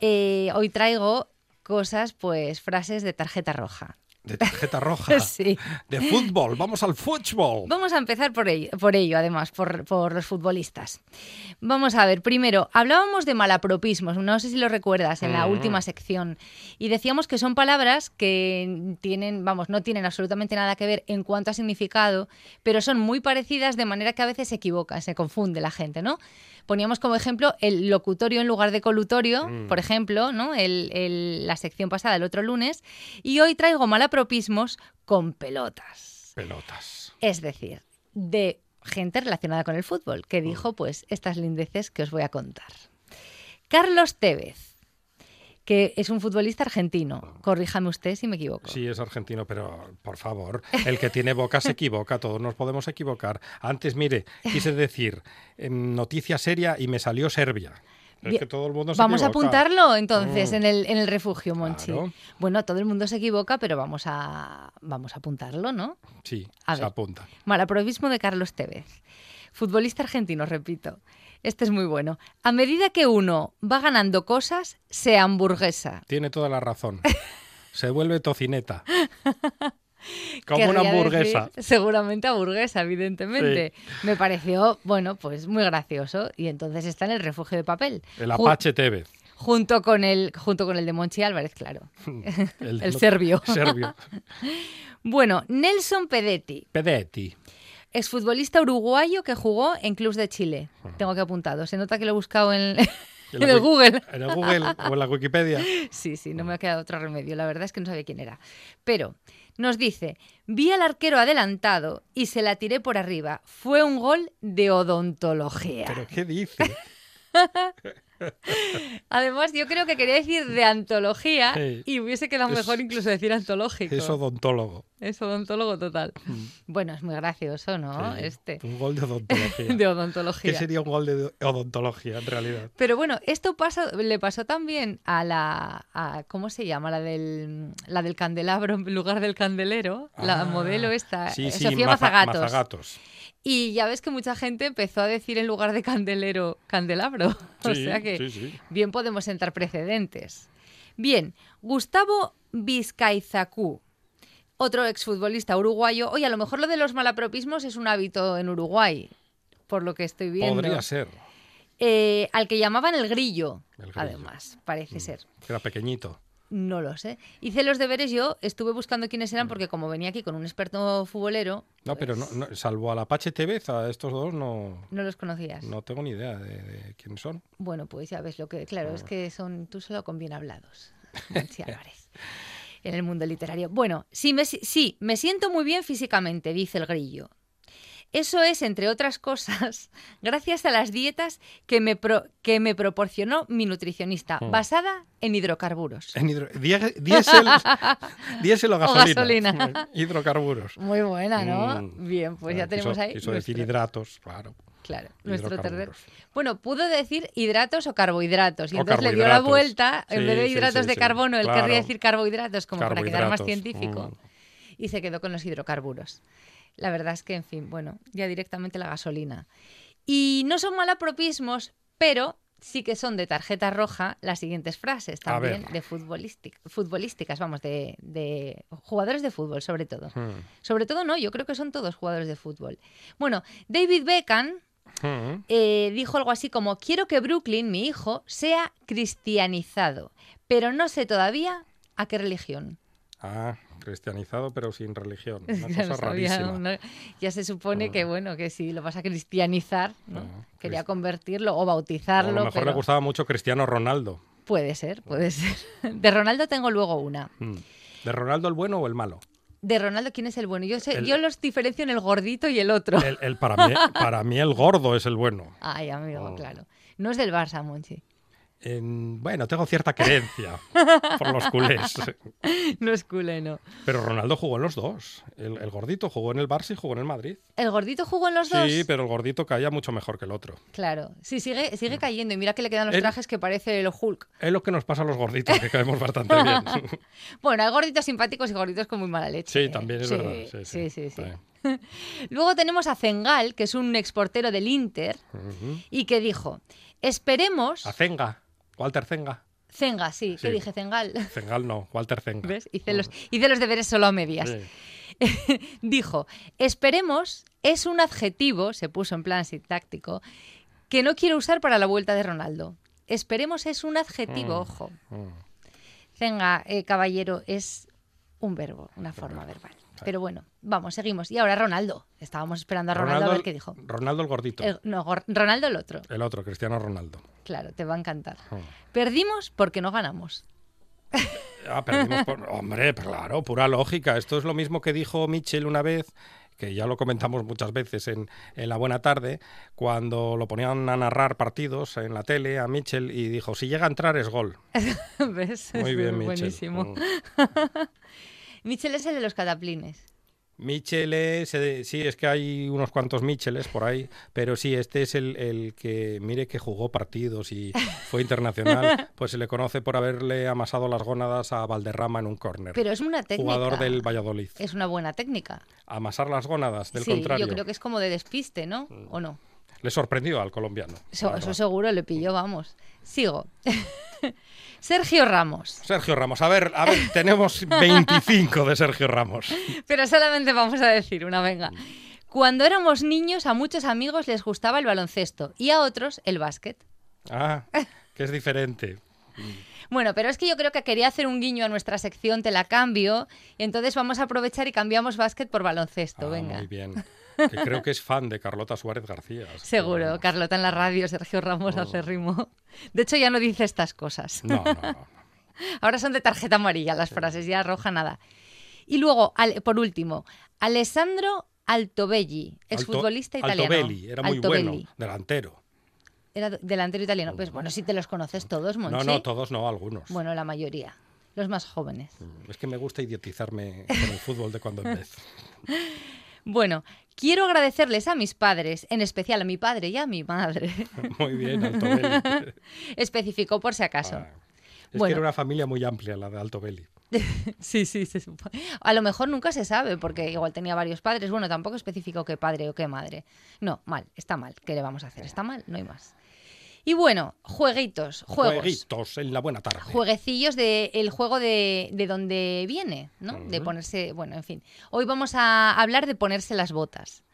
[SPEAKER 7] eh, hoy traigo cosas, pues frases de tarjeta roja.
[SPEAKER 1] De tarjeta roja.
[SPEAKER 7] Sí.
[SPEAKER 1] De fútbol. Vamos al fútbol.
[SPEAKER 7] Vamos a empezar por ello, por ello además, por, por los futbolistas. Vamos a ver, primero, hablábamos de malapropismos, no sé si lo recuerdas, en la última sección, y decíamos que son palabras que tienen, vamos, no tienen absolutamente nada que ver en cuanto a significado, pero son muy parecidas de manera que a veces se equivoca, se confunde la gente, ¿no? Poníamos como ejemplo el locutorio en lugar de colutorio, por ejemplo, ¿no? El- el- la sección pasada, el otro lunes, y hoy traigo malapropismos con pelotas.
[SPEAKER 1] Pelotas.
[SPEAKER 7] Es decir, de gente relacionada con el fútbol,
[SPEAKER 1] Mm.
[SPEAKER 7] que dijo pues estas lindeces que os voy a contar. Carlos Tevez, que es un futbolista argentino. Corríjame usted si me equivoco.
[SPEAKER 1] Ah. Sí, es argentino, pero por favor, el que tiene boca se equivoca, todos nos podemos equivocar. Antes, mire, quise decir em, noticia seria y me salió Serbia. Es
[SPEAKER 7] Bien,
[SPEAKER 1] que todo el mundo se
[SPEAKER 7] Vamos a
[SPEAKER 1] equivoca.
[SPEAKER 7] apuntarlo entonces
[SPEAKER 1] Mm.
[SPEAKER 7] en, el, en el refugio, Monchi.
[SPEAKER 1] Claro.
[SPEAKER 7] Bueno, todo el mundo se equivoca, pero vamos a, vamos a apuntarlo, ¿no?
[SPEAKER 1] Sí,
[SPEAKER 7] A
[SPEAKER 1] se
[SPEAKER 7] ver.
[SPEAKER 1] apunta.
[SPEAKER 7] Malaprovismo de Carlos Tevez. Futbolista argentino, repito. Este es muy bueno. A medida que uno va ganando cosas, se hamburguesa.
[SPEAKER 1] Tiene toda la razón. Se vuelve tocineta. Como una
[SPEAKER 7] Querría
[SPEAKER 1] hamburguesa.
[SPEAKER 7] decir, seguramente hamburguesa, evidentemente. Me pareció, bueno, pues muy gracioso. Y entonces está en el refugio de papel.
[SPEAKER 1] El
[SPEAKER 7] Ju-
[SPEAKER 1] Apache Tevez.
[SPEAKER 7] Junto con el, junto con el de Monchi Álvarez, claro.
[SPEAKER 1] El,
[SPEAKER 7] El serbio.
[SPEAKER 1] Serbio.
[SPEAKER 7] Bueno, Nelson Pedetti,
[SPEAKER 1] Pedetti.
[SPEAKER 7] exfutbolista uruguayo que jugó en clubs de Chile. Tengo que apuntado. Se nota que lo he buscado en, en el
[SPEAKER 1] Wiki-
[SPEAKER 7] Google.
[SPEAKER 1] En el Google o en la Wikipedia.
[SPEAKER 7] Sí, sí, no me ha quedado otro remedio. La verdad es que no sabía quién era. Pero nos dice, vi al arquero adelantado y se la tiré por arriba. Fue un gol de odontología.
[SPEAKER 1] ¿Pero qué dice?
[SPEAKER 7] Además, yo creo que quería decir de antología
[SPEAKER 1] Sí.
[SPEAKER 7] y hubiese quedado
[SPEAKER 1] Es-
[SPEAKER 7] mejor incluso decir antológico.
[SPEAKER 1] Es odontólogo.
[SPEAKER 7] Es odontólogo total. Bueno, es muy gracioso, ¿no?
[SPEAKER 1] Mm. Sí,
[SPEAKER 7] Este
[SPEAKER 1] Un gol de odontología.
[SPEAKER 7] de odontología.
[SPEAKER 1] ¿Qué sería un gol de odontología en realidad?
[SPEAKER 7] Pero bueno, esto pasa, le pasó también a la, a- ¿cómo se llama? La del, la del candelabro en lugar del candelero, la
[SPEAKER 1] Ah,
[SPEAKER 7] modelo esta,
[SPEAKER 1] Sí,
[SPEAKER 7] eh,
[SPEAKER 1] sí,
[SPEAKER 7] Sofía
[SPEAKER 1] maza-
[SPEAKER 7] Mazagatos.
[SPEAKER 1] mazagatos.
[SPEAKER 7] Y ya ves que mucha gente empezó a decir en lugar de candelero, candelabro. o
[SPEAKER 1] Sí,
[SPEAKER 7] sea que
[SPEAKER 1] sí, sí.
[SPEAKER 7] bien podemos sentar precedentes. Bien, Gustavo Vizcaizacú, otro exfutbolista uruguayo. Oye, a lo mejor lo de los malapropismos es un hábito en Uruguay, por lo que estoy viendo.
[SPEAKER 1] Podría ser.
[SPEAKER 7] Eh, al que llamaban el grillo,
[SPEAKER 1] El grillo. Mm.
[SPEAKER 7] además, parece ser.
[SPEAKER 1] Era pequeñito.
[SPEAKER 7] No lo sé. Hice los deberes yo, estuve buscando quiénes eran porque como venía aquí con un experto futbolero,
[SPEAKER 1] No, pero
[SPEAKER 7] Pues
[SPEAKER 1] no, no, salvo al Apache Tevez, a estos dos no,
[SPEAKER 7] no los conocías.
[SPEAKER 1] no tengo ni idea de, de quiénes son.
[SPEAKER 7] Bueno, pues ya ves lo que. Claro,
[SPEAKER 1] Ah.
[SPEAKER 7] es que son tú solo con bien hablados, Monchi Álvarez, en el mundo literario. Bueno, sí me, si- sí, me siento muy bien físicamente, dice el grillo. Eso es, entre otras cosas, gracias a las dietas que me, pro- que me proporcionó mi nutricionista,
[SPEAKER 1] Mm.
[SPEAKER 7] basada en hidrocarburos.
[SPEAKER 1] En hidro- die- diésel, diésel o gasolina.
[SPEAKER 7] gasolina.
[SPEAKER 1] Hidrocarburos.
[SPEAKER 7] Muy buena, ¿no?
[SPEAKER 1] Mm.
[SPEAKER 7] Bien, pues ya
[SPEAKER 1] Claro,
[SPEAKER 7] tenemos
[SPEAKER 1] quiso-
[SPEAKER 7] ahí.
[SPEAKER 1] Quiso
[SPEAKER 7] nuestro-
[SPEAKER 1] decir hidratos, claro.
[SPEAKER 7] Claro, nuestro tercer.
[SPEAKER 1] Hidrocarburos.
[SPEAKER 7] Bueno, pudo decir hidratos o carbohidratos. Y
[SPEAKER 1] O
[SPEAKER 7] entonces le dio la
[SPEAKER 1] carbohidratos.
[SPEAKER 7] vuelta, en
[SPEAKER 1] Sí,
[SPEAKER 7] vez de
[SPEAKER 1] sí,
[SPEAKER 7] hidratos
[SPEAKER 1] sí,
[SPEAKER 7] de
[SPEAKER 1] sí,
[SPEAKER 7] carbono, él
[SPEAKER 1] claro.
[SPEAKER 7] querría decir carbohidratos, como para quedar más
[SPEAKER 1] Carbohidratos, Mm.
[SPEAKER 7] científico. Y se quedó con los hidrocarburos. La verdad es que, en fin, bueno, ya directamente la gasolina. Y no son malapropismos, pero sí que son de tarjeta roja las siguientes frases
[SPEAKER 1] A ver.
[SPEAKER 7] también de futbolístic- futbolísticas, vamos, de, de jugadores de fútbol sobre todo.
[SPEAKER 1] Mm,
[SPEAKER 7] Sobre todo no, yo creo que son todos jugadores de fútbol. Bueno, David Beckham
[SPEAKER 1] mm.
[SPEAKER 7] eh, dijo algo así como, quiero que Brooklyn, mi hijo, sea cristianizado, pero no sé todavía a qué religión.
[SPEAKER 1] Ah, cristianizado pero sin religión.
[SPEAKER 7] Es
[SPEAKER 1] Una
[SPEAKER 7] que no
[SPEAKER 1] cosa
[SPEAKER 7] sabía,
[SPEAKER 1] rarísima.
[SPEAKER 7] ¿no? Ya se supone que, bueno, que si lo vas a cristianizar, ¿no?
[SPEAKER 1] Ah,
[SPEAKER 7] quería
[SPEAKER 1] crist-
[SPEAKER 7] convertirlo o
[SPEAKER 1] A
[SPEAKER 7] bautizarlo.
[SPEAKER 1] lo mejor le
[SPEAKER 7] pero
[SPEAKER 1] gustaba mucho Cristiano Ronaldo.
[SPEAKER 7] Puede ser, puede ser. De Ronaldo tengo luego una.
[SPEAKER 1] Mm. ¿De Ronaldo el bueno o el malo?
[SPEAKER 7] De Ronaldo, ¿quién es el bueno? Yo, sé-
[SPEAKER 1] El-
[SPEAKER 7] yo los diferencio en el gordito y el otro.
[SPEAKER 1] El, el para, mí, para mí el gordo es el bueno.
[SPEAKER 7] Ay, amigo,
[SPEAKER 1] Oh.
[SPEAKER 7] claro. No es del Barça, Monchi.
[SPEAKER 1] En- bueno, tengo cierta creencia por los culés.
[SPEAKER 7] No es culé, no.
[SPEAKER 1] Pero Ronaldo jugó en los dos. El, el gordito jugó en el Barça y jugó en el Madrid.
[SPEAKER 7] ¿El gordito jugó en los dos?
[SPEAKER 1] Sí, pero el gordito caía mucho mejor que el otro.
[SPEAKER 7] Claro. Sí, sigue, sigue
[SPEAKER 1] Mm.
[SPEAKER 7] cayendo. Y mira que le quedan los
[SPEAKER 1] Él-
[SPEAKER 7] trajes que parece el Hulk.
[SPEAKER 1] Es lo que nos pasa a los gorditos, que caemos bastante bien.
[SPEAKER 7] Bueno, hay gorditos simpáticos y gorditos con muy mala leche.
[SPEAKER 1] Sí, también es verdad. Sí, sí.
[SPEAKER 7] sí, sí.
[SPEAKER 1] Sí.
[SPEAKER 7] Luego tenemos a Zengal, que es un exportero del Inter,
[SPEAKER 1] Ujú.
[SPEAKER 7] y que dijo, esperemos...
[SPEAKER 1] Azenga, Walter Zenga.
[SPEAKER 7] Zenga, sí, que
[SPEAKER 1] Sí.
[SPEAKER 7] dije Zengal.
[SPEAKER 1] Zengal no, Walter Zenga.
[SPEAKER 7] ¿Ves? Hice los, hice los deberes solo a medias.
[SPEAKER 1] Sí.
[SPEAKER 7] Dijo, esperemos es un adjetivo, se puso en plan sintáctico, que no quiero usar para la vuelta de Ronaldo. Esperemos es un adjetivo,
[SPEAKER 1] Mm,
[SPEAKER 7] ojo. Venga, eh, caballero, es un verbo, una forma verbal. Pero bueno, vamos, seguimos. Y ahora Ronaldo. Estábamos esperando a Ronaldo, a ver
[SPEAKER 1] el-
[SPEAKER 7] qué dijo.
[SPEAKER 1] Ronaldo el gordito.
[SPEAKER 7] El- no, Gor- Ronaldo el otro.
[SPEAKER 1] El otro, Cristiano Ronaldo.
[SPEAKER 7] Claro, te va a encantar.
[SPEAKER 1] Mm.
[SPEAKER 7] Perdimos porque no ganamos.
[SPEAKER 1] Ah, perdimos por- Hombre, claro, pura lógica. Esto es lo mismo que dijo Mitchell una vez, que ya lo comentamos muchas veces en, en La Buena Tarde, cuando lo ponían a narrar partidos en la tele a Mitchell y dijo, si llega a entrar es gol.
[SPEAKER 7] ¿Ves?
[SPEAKER 1] Muy
[SPEAKER 7] Es
[SPEAKER 1] bien, Mitchell.
[SPEAKER 7] buenísimo.
[SPEAKER 1] Mm.
[SPEAKER 7] Michel es el de los cataplines.
[SPEAKER 1] Mitchell es, eh, sí, es que hay unos cuantos Micheles por ahí, pero sí, este es el, el que, mire que jugó partidos y fue internacional, pues se le conoce por haberle amasado las gónadas a Valderrama en un córner.
[SPEAKER 7] Pero es una técnica.
[SPEAKER 1] Jugador del Valladolid.
[SPEAKER 7] Es una buena técnica.
[SPEAKER 1] Amasar las gónadas, del
[SPEAKER 7] sí,
[SPEAKER 1] contrario. Mm.
[SPEAKER 7] yo creo que es como de despiste, ¿no? ¿O no?
[SPEAKER 1] Le sorprendió al colombiano.
[SPEAKER 7] Eso,
[SPEAKER 1] la
[SPEAKER 7] eso
[SPEAKER 1] verdad.
[SPEAKER 7] seguro le pilló, vamos. Sigo. Sergio Ramos.
[SPEAKER 1] Sergio Ramos, a ver, a ver, tenemos 25 de Sergio Ramos.
[SPEAKER 7] Pero solamente vamos a decir una,
[SPEAKER 1] Mm.
[SPEAKER 7] venga. Cuando éramos niños, a muchos amigos les gustaba el baloncesto y a otros el básquet.
[SPEAKER 1] Ah, que es diferente.
[SPEAKER 7] Bueno, pero es que yo creo que quería hacer un guiño a nuestra sección, te la cambio. Y entonces vamos a aprovechar y cambiamos básquet por baloncesto,
[SPEAKER 1] Ah,
[SPEAKER 7] venga.
[SPEAKER 1] Muy bien. Que creo que es fan de Carlota Suárez García.
[SPEAKER 7] Seguro,
[SPEAKER 1] Carlota.
[SPEAKER 7] Carlota en la radio, Sergio Ramos
[SPEAKER 1] Oh.
[SPEAKER 7] hace ritmo. De hecho, ya no dice estas cosas.
[SPEAKER 1] No, no, no.
[SPEAKER 7] Ahora son de tarjeta amarilla las frases, ya roja nada. Y luego, al- por último, Alessandro Altobelli, exfutbolista
[SPEAKER 1] Alto-
[SPEAKER 7] italiano.
[SPEAKER 1] Altobelli, era muy
[SPEAKER 7] Altobelli.
[SPEAKER 1] bueno, delantero.
[SPEAKER 7] Era do- delantero italiano. Pues bueno, si te los conoces todos, Monchi.
[SPEAKER 1] No, no, todos no, algunos. Mm,
[SPEAKER 7] Bueno, la mayoría. Los más jóvenes.
[SPEAKER 1] Es que me gusta idiotizarme con el fútbol de cuando en vez.
[SPEAKER 7] Bueno, quiero agradecerles a mis padres, en especial a mi padre y a mi madre.
[SPEAKER 1] Muy bien, Altobelli.
[SPEAKER 7] Especificó por si acaso.
[SPEAKER 1] Ah, es que
[SPEAKER 7] Bueno.
[SPEAKER 1] era una familia muy amplia la de Altobelli.
[SPEAKER 7] Sí, sí, se supo. A lo mejor nunca se sabe, porque igual tenía varios padres. Bueno, tampoco especificó qué padre o qué madre. No, mal, está mal. ¿Qué le vamos a hacer? Está mal, no hay más. Y bueno, jueguitos, juegos.
[SPEAKER 1] Jueguitos en la buena tarde.
[SPEAKER 7] Jueguecillos del juego de, de donde viene, ¿no? De ponerse, bueno, en fin. Hoy vamos a hablar de ponerse las botas.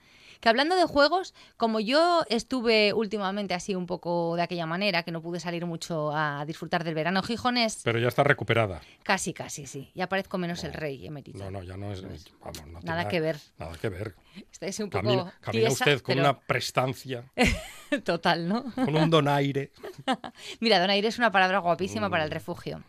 [SPEAKER 7] Que hablando de juegos, como yo estuve últimamente así un poco de aquella manera, que no pude salir mucho a disfrutar del verano gijonés,
[SPEAKER 1] Pero ya está recuperada.
[SPEAKER 7] casi, casi, sí. Ya parezco menos el rey emerito.
[SPEAKER 1] No, no, ya no es. vamos, no tiene
[SPEAKER 7] Nada que ver.
[SPEAKER 1] Nada que ver.
[SPEAKER 7] Estáis un poco
[SPEAKER 1] Camina, camina
[SPEAKER 7] tiesa,
[SPEAKER 1] usted con
[SPEAKER 7] pero
[SPEAKER 1] una prestancia,
[SPEAKER 7] Total, ¿no?
[SPEAKER 1] con un donaire.
[SPEAKER 7] Mira, donaire es una palabra guapísima
[SPEAKER 1] Mm.
[SPEAKER 7] para el refugio.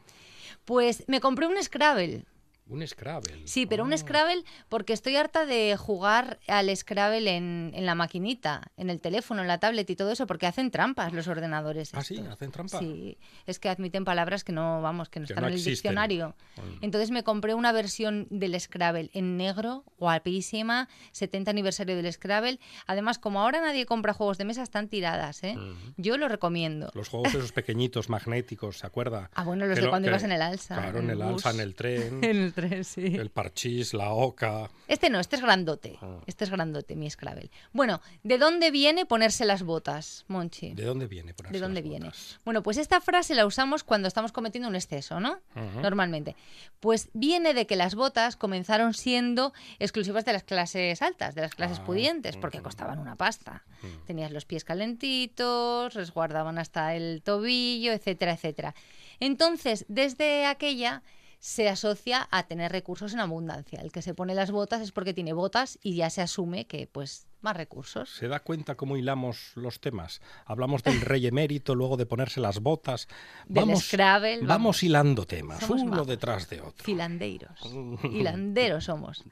[SPEAKER 7] Pues me compré un Scrabble.
[SPEAKER 1] Un Scrabble.
[SPEAKER 7] Sí, pero un
[SPEAKER 1] Ah,
[SPEAKER 7] Scrabble porque estoy harta de jugar al Scrabble en, en la maquinita, en el teléfono, en la tablet y todo eso, porque hacen trampas los ordenadores.
[SPEAKER 1] Ah, sí,
[SPEAKER 7] estos.
[SPEAKER 1] hacen trampa.
[SPEAKER 7] Sí, es que admiten palabras que no, vamos, que no
[SPEAKER 1] Que
[SPEAKER 7] están
[SPEAKER 1] no
[SPEAKER 7] en el
[SPEAKER 1] existen.
[SPEAKER 7] diccionario. Entonces me compré una versión del Scrabble en negro, guapísima, 70 aniversario del Scrabble. Además, como ahora nadie compra juegos de mesa, están tiradas, ¿eh? Yo lo recomiendo.
[SPEAKER 1] Los juegos esos pequeñitos, magnéticos, ¿se acuerda?
[SPEAKER 7] Ah, bueno, los
[SPEAKER 1] Que
[SPEAKER 7] de
[SPEAKER 1] lo-
[SPEAKER 7] cuando
[SPEAKER 1] que-
[SPEAKER 7] ibas en el alza,
[SPEAKER 1] Claro, en
[SPEAKER 7] en
[SPEAKER 1] el
[SPEAKER 7] el
[SPEAKER 1] alza,
[SPEAKER 7] bus.
[SPEAKER 1] en el tren,
[SPEAKER 7] el tren, sí.
[SPEAKER 1] el parchís, la oca.
[SPEAKER 7] Este no, este es grandote. Este es grandote, mi Scrabble. Bueno, ¿de dónde viene ponerse las botas, Monchi?
[SPEAKER 1] ¿De dónde viene? Por
[SPEAKER 7] ¿De dónde viene? Bueno, pues esta frase la usamos cuando estamos cometiendo un exceso, ¿no? Normalmente. Pues viene de que las botas comenzaron siendo exclusivas de las clases altas, de las clases
[SPEAKER 1] Ah,
[SPEAKER 7] pudientes, porque costaban una pasta. Tenías los pies calentitos, resguardaban hasta el tobillo, etcétera, etcétera. Entonces, desde aquella se asocia a tener recursos en abundancia. El que se pone las botas es porque tiene botas y ya se asume que, pues, más recursos.
[SPEAKER 1] ¿Se da cuenta cómo hilamos los temas? Hablamos del rey emérito, luego de ponerse las botas.
[SPEAKER 7] Del Scrabble,
[SPEAKER 1] vamos,
[SPEAKER 7] vamos.
[SPEAKER 1] hilando temas,
[SPEAKER 7] Somos
[SPEAKER 1] uno
[SPEAKER 7] magos.
[SPEAKER 1] detrás de otro.
[SPEAKER 7] Filandeiros. Hilanderos somos.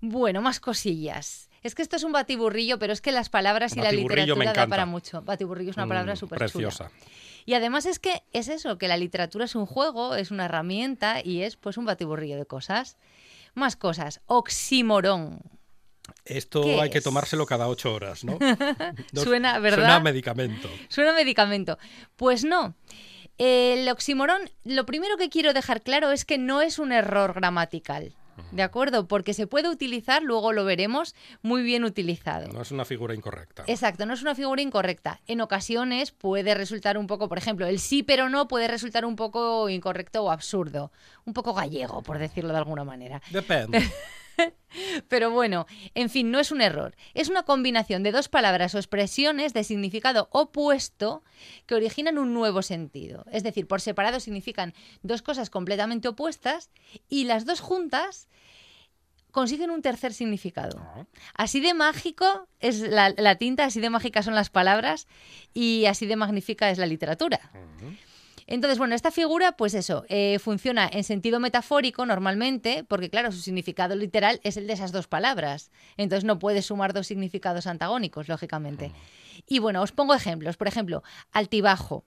[SPEAKER 7] Bueno, más cosillas. Es que esto es un batiburrillo, pero es que las palabras y la
[SPEAKER 1] Batiburrillo me
[SPEAKER 7] literatura da
[SPEAKER 1] encanta.
[SPEAKER 7] para mucho. Batiburrillo es una palabra
[SPEAKER 1] Mm,
[SPEAKER 7] súper
[SPEAKER 1] Preciosa.
[SPEAKER 7] Y además es que es eso, que la literatura es un juego, es una herramienta y es pues un batiburrillo de cosas. Más cosas. Oxímoron.
[SPEAKER 1] Esto
[SPEAKER 7] ¿Qué
[SPEAKER 1] hay que
[SPEAKER 7] es?
[SPEAKER 1] tomárselo cada ocho horas, ¿no? Dos-
[SPEAKER 7] Suena, ¿verdad?
[SPEAKER 1] Suena a medicamento.
[SPEAKER 7] Suena a medicamento. Pues no. El oxímoron, lo primero que quiero dejar claro es que no es un error gramatical. ¿De acuerdo? Porque se puede utilizar, luego lo veremos, muy bien utilizado.
[SPEAKER 1] No es una figura incorrecta.
[SPEAKER 7] Exacto, no es una figura incorrecta. En ocasiones puede resultar un poco, por ejemplo, el sí pero no puede resultar un poco incorrecto o absurdo. Un poco gallego, por decirlo de alguna manera.
[SPEAKER 1] Depende.
[SPEAKER 7] Pero bueno, en fin, no es un error. Es una combinación de dos palabras o expresiones de significado opuesto que originan un nuevo sentido. Es decir, por separado significan dos cosas completamente opuestas y las dos juntas consiguen un tercer significado. Así de mágico es la, la tinta, así de mágica son las palabras y así de magnífica es la literatura. Entonces, bueno, esta figura, pues eso, eh, funciona en sentido metafórico normalmente, porque claro, su significado literal es el de esas dos palabras. Entonces no puedes sumar dos significados antagónicos, lógicamente. Y bueno, os pongo ejemplos. Por ejemplo, altibajo,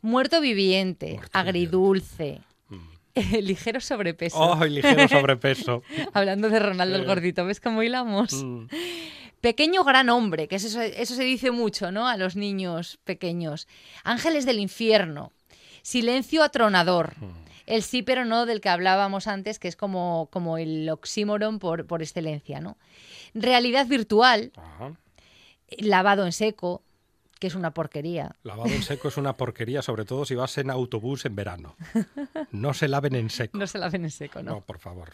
[SPEAKER 7] muerto viviente,
[SPEAKER 1] Muerto
[SPEAKER 7] agridulce, eh, ligero sobrepeso.
[SPEAKER 1] ¡Oh, y Mm. ligero sobrepeso!
[SPEAKER 7] Hablando de Ronaldo el gordito, ¿ves cómo hilamos?
[SPEAKER 1] Mm.
[SPEAKER 7] Pequeño gran hombre, que eso, eso se dice mucho, ¿no? A los niños pequeños. Ángeles del infierno. Silencio atronador. El sí pero no del que hablábamos antes, que es como, como el oxímoron por, por excelencia, ¿no? Realidad virtual,
[SPEAKER 1] Ajá.
[SPEAKER 7] lavado en seco, que es una porquería.
[SPEAKER 1] Lavado en seco es una porquería, sobre todo si vas en autobús en verano. No se laven en seco.
[SPEAKER 7] No se laven en seco, ¿no?
[SPEAKER 1] No, por favor.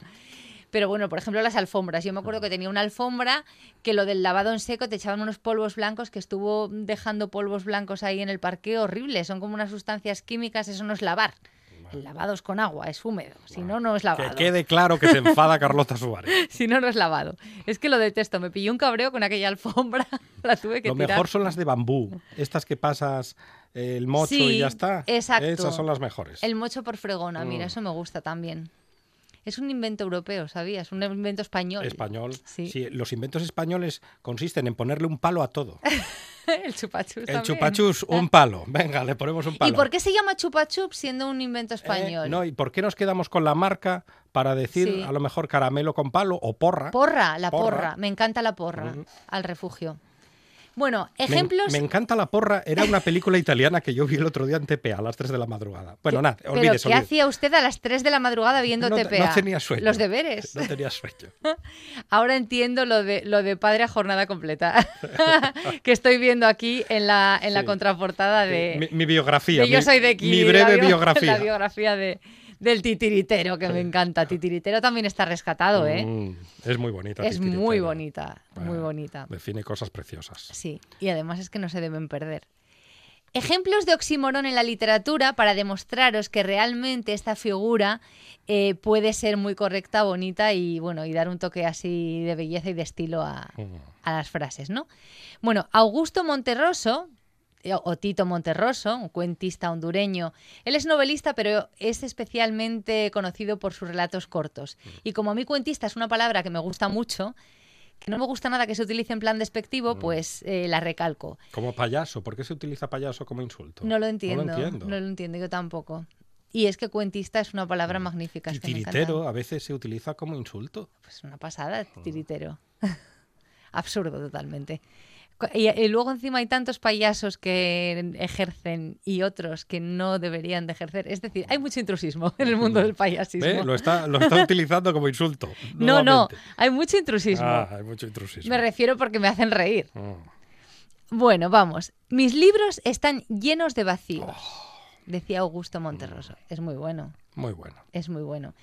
[SPEAKER 7] Pero bueno, por ejemplo, las alfombras. Yo me acuerdo que tenía una alfombra que lo del lavado en seco te echaban unos polvos blancos que estuvo dejando polvos blancos ahí en el parque horrible. Son como unas sustancias químicas, eso no es lavar. El lavado es con agua, es húmedo. Si no, no es
[SPEAKER 1] Que
[SPEAKER 7] lavado.
[SPEAKER 1] quede claro que se enfada Carlota Suárez.
[SPEAKER 7] Si no, no es lavado. Es que lo detesto. Me pilló un cabreo con aquella alfombra. La tuve que
[SPEAKER 1] Lo
[SPEAKER 7] tirar.
[SPEAKER 1] mejor son las de bambú, estas que pasas el mocho
[SPEAKER 7] Sí,
[SPEAKER 1] y ya está.
[SPEAKER 7] exacto.
[SPEAKER 1] Esas son las mejores.
[SPEAKER 7] El mocho por fregona, mira,
[SPEAKER 1] Mm.
[SPEAKER 7] eso me gusta también. Es un invento europeo, ¿sabías? Un invento español.
[SPEAKER 1] Español.
[SPEAKER 7] Sí.
[SPEAKER 1] Sí, los inventos españoles consisten en ponerle un palo a todo.
[SPEAKER 7] el chupachus
[SPEAKER 1] El
[SPEAKER 7] también. Ah.
[SPEAKER 1] chupachus, un palo. Venga, le ponemos un palo.
[SPEAKER 7] ¿Y por qué se llama chupa chup siendo un invento
[SPEAKER 1] Eh,
[SPEAKER 7] español?
[SPEAKER 1] no, ¿y por qué nos quedamos con la marca para decir
[SPEAKER 7] Sí.
[SPEAKER 1] a lo mejor caramelo con palo o porra?
[SPEAKER 7] Porra, la porra.
[SPEAKER 1] Porra.
[SPEAKER 7] Me encanta la porra. Al refugio. Bueno,
[SPEAKER 1] Me en-
[SPEAKER 7] ejemplos.
[SPEAKER 1] Me, encanta la porra. Era una película italiana que yo vi el otro día en TPA a las 3 de la madrugada. Bueno, nada,
[SPEAKER 7] ¿Pero
[SPEAKER 1] olvides,
[SPEAKER 7] qué
[SPEAKER 1] olvides.
[SPEAKER 7] hacía usted a las 3 de la madrugada viendo
[SPEAKER 1] no,
[SPEAKER 7] TPA?
[SPEAKER 1] no tenía sueño.
[SPEAKER 7] Los deberes.
[SPEAKER 1] No tenía sueño.
[SPEAKER 7] Ahora entiendo lo de, lo de padre a jornada completa que estoy viendo aquí en la, en la
[SPEAKER 1] Sí.
[SPEAKER 7] contraportada de,
[SPEAKER 1] mi, mi biografía.
[SPEAKER 7] de Yo
[SPEAKER 1] mi-
[SPEAKER 7] soy de aquí.
[SPEAKER 1] Mi
[SPEAKER 7] la
[SPEAKER 1] breve
[SPEAKER 7] bio-
[SPEAKER 1] biografía.
[SPEAKER 7] La biografía de, del titiritero, que me encanta. Titiritero también está rescatado, ¿eh?
[SPEAKER 1] Mm, es muy bonita.
[SPEAKER 7] es
[SPEAKER 1] Titiritero.
[SPEAKER 7] muy bonita, muy
[SPEAKER 1] Ah,
[SPEAKER 7] bonita.
[SPEAKER 1] Define cosas preciosas.
[SPEAKER 7] Sí, y además es que no se deben perder. Ejemplos de oxímoron en la literatura para demostraros que realmente esta figura eh, puede ser muy correcta, bonita y bueno, y dar un toque así de belleza y de estilo a,
[SPEAKER 1] Mm.
[SPEAKER 7] a las frases, ¿no? Bueno, Augusto Monterroso eh, o Tito Monterroso, un cuentista hondureño. Él es novelista, pero es especialmente conocido por sus relatos cortos.
[SPEAKER 1] Mm.
[SPEAKER 7] Y como a mí cuentista es una palabra que me gusta mucho, que no me gusta nada que se utilice en plan
[SPEAKER 1] Mm.
[SPEAKER 7] despectivo, pues eh, la recalco.
[SPEAKER 1] Como payaso. ¿Por qué se utiliza payaso como insulto?
[SPEAKER 7] No lo entiendo.
[SPEAKER 1] No lo entiendo.
[SPEAKER 7] no lo entiendo, yo tampoco. Y es que cuentista es una
[SPEAKER 1] Mm.
[SPEAKER 7] palabra magnífica. es que me encanta.
[SPEAKER 1] Titiritero a veces se utiliza como insulto.
[SPEAKER 7] Pues una pasada, titiritero. Absurdo totalmente. Cu- Y, y luego encima hay tantos payasos que ejercen y otros que no deberían de ejercer. Es decir, hay mucho intrusismo en el mundo del payasismo.
[SPEAKER 1] ¿Ve? Lo está, lo está utilizando como insulto.
[SPEAKER 7] no, no,
[SPEAKER 1] nuevamente.
[SPEAKER 7] hay mucho intrusismo.
[SPEAKER 1] Ah, hay mucho intrusismo.
[SPEAKER 7] Me refiero porque me hacen reír.
[SPEAKER 1] Mm.
[SPEAKER 7] Bueno, vamos. Mis libros están llenos de vacíos,
[SPEAKER 1] Oh.
[SPEAKER 7] decía Augusto Monterroso. Es muy bueno.
[SPEAKER 1] Muy bueno.
[SPEAKER 7] Es muy bueno.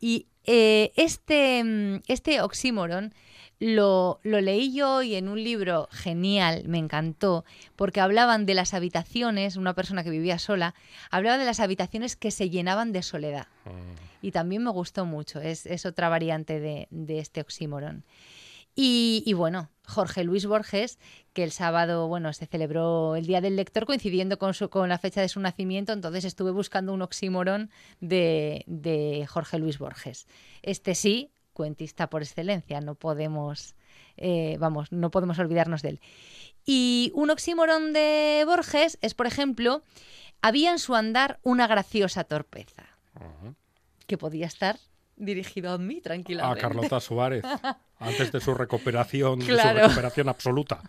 [SPEAKER 7] Y eh, este, mm, este oxímoron lo, lo leí yo y en un libro genial, me encantó, porque hablaban de las habitaciones, una persona que vivía sola, hablaba de las habitaciones que se llenaban de soledad.
[SPEAKER 1] Mm.
[SPEAKER 7] Y también me gustó mucho, es, es otra variante de, de este oxímoron. Y, y bueno, Jorge Luis Borges, que el sábado, bueno, se celebró el Día del Lector coincidiendo con, su, con la fecha de su nacimiento, entonces estuve buscando un oxímoron de, de Jorge Luis Borges. Este sí, cuentista por excelencia, no podemos, eh, vamos, no podemos olvidarnos de él. Y un oxímoron de Borges es, por ejemplo, había en su andar una graciosa torpeza, que podía estar dirigido a mí
[SPEAKER 1] A
[SPEAKER 7] tranquilamente.
[SPEAKER 1] Carlota Suárez, antes de su recuperación, de
[SPEAKER 7] Claro.
[SPEAKER 1] su recuperación absoluta.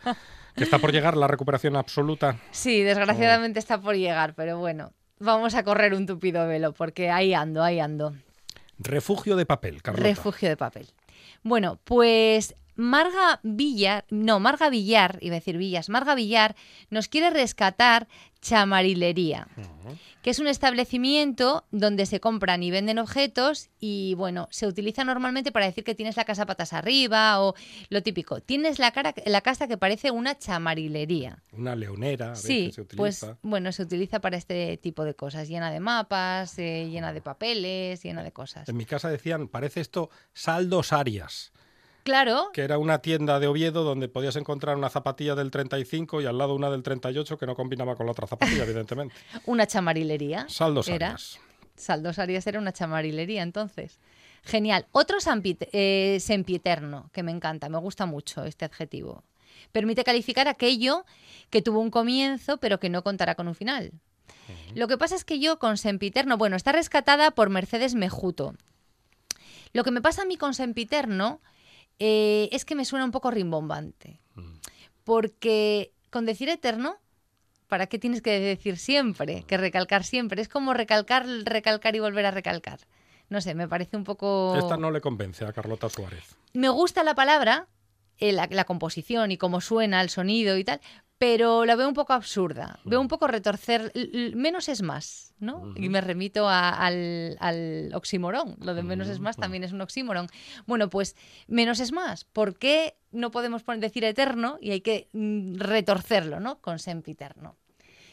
[SPEAKER 1] Que está por llegar la recuperación absoluta.
[SPEAKER 7] Sí, desgraciadamente está por llegar, pero bueno, vamos a correr un tupido velo porque ahí ando, ahí ando.
[SPEAKER 1] Refugio de papel, Carlota.
[SPEAKER 7] Refugio de papel. Bueno, pues Marga Villar, no, Marga Villar, iba a decir Villas, Marga Villar nos quiere rescatar Chamarilería, que es un establecimiento donde se compran y venden objetos y bueno, se utiliza normalmente para decir que tienes la casa patas arriba o lo típico, tienes la, cara, la casa que parece una chamarilería.
[SPEAKER 1] Una leonera, a
[SPEAKER 7] Sí,
[SPEAKER 1] veces se utiliza.
[SPEAKER 7] pues bueno, se utiliza para este tipo de cosas, llena de mapas, eh, llena de papeles, llena de cosas.
[SPEAKER 1] En mi casa decían, parece esto Saldos Arias,
[SPEAKER 7] Claro,
[SPEAKER 1] que era una tienda de Oviedo donde podías encontrar una zapatilla del 35 y al lado una del 38 que no combinaba con la otra zapatilla, evidentemente.
[SPEAKER 7] una chamarilería.
[SPEAKER 1] Saldos
[SPEAKER 7] Era.
[SPEAKER 1] Arias.
[SPEAKER 7] Saldos Arias era una chamarilería, entonces. Genial. Otro sempit- eh, sempiterno, que me encanta, me gusta mucho este adjetivo. Permite calificar aquello que tuvo un comienzo, pero que no contará con un final. Lo que pasa es que yo con sempiterno, bueno, está rescatada por Mercedes Mejuto. Lo que me pasa a mí con sempiterno eh, es que me suena un poco rimbombante. Porque con decir eterno, ¿para qué tienes que decir siempre? Que recalcar siempre. Es como recalcar, recalcar y volver a recalcar. No sé, me parece un poco...
[SPEAKER 1] Esta no le convence a Carlota Suárez.
[SPEAKER 7] Me gusta la palabra, eh, la, la composición y cómo suena el sonido y tal, pero la veo un poco absurda. Veo un poco retorcer. l- l- Menos es más, ¿no? Y me remito a- al, al oxímoron. Lo de menos es más también es un oxímoron. Bueno, pues menos es más. ¿Por qué no podemos poner- decir eterno y hay que mm, retorcerlo, ¿no? Con sempiterno.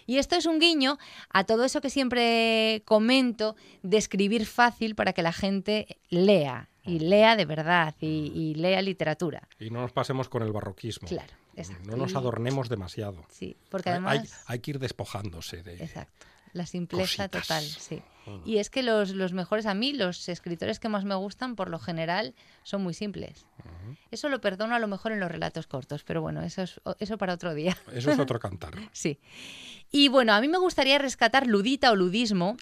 [SPEAKER 7] Y esto es un guiño a todo eso que siempre comento de escribir fácil para que la gente lea y lea de verdad y, y lea literatura.
[SPEAKER 1] Y no nos pasemos con el barroquismo. Mm,
[SPEAKER 7] Claro, exacto.
[SPEAKER 1] No nos
[SPEAKER 7] Y-
[SPEAKER 1] adornemos demasiado.
[SPEAKER 7] Sí, porque
[SPEAKER 1] Hay-
[SPEAKER 7] además...
[SPEAKER 1] hay, hay que ir despojándose de...
[SPEAKER 7] Exacto. La simpleza
[SPEAKER 1] cositas.
[SPEAKER 7] total, sí. Y es que los, los mejores a mí, los escritores que más me gustan, por lo general, son muy simples. Eso lo perdono a lo mejor en los relatos cortos, pero bueno, eso, es, o- eso para otro día.
[SPEAKER 1] Eso es otro cantar.
[SPEAKER 7] Sí. Y bueno, a mí me gustaría rescatar ludita o ludismo,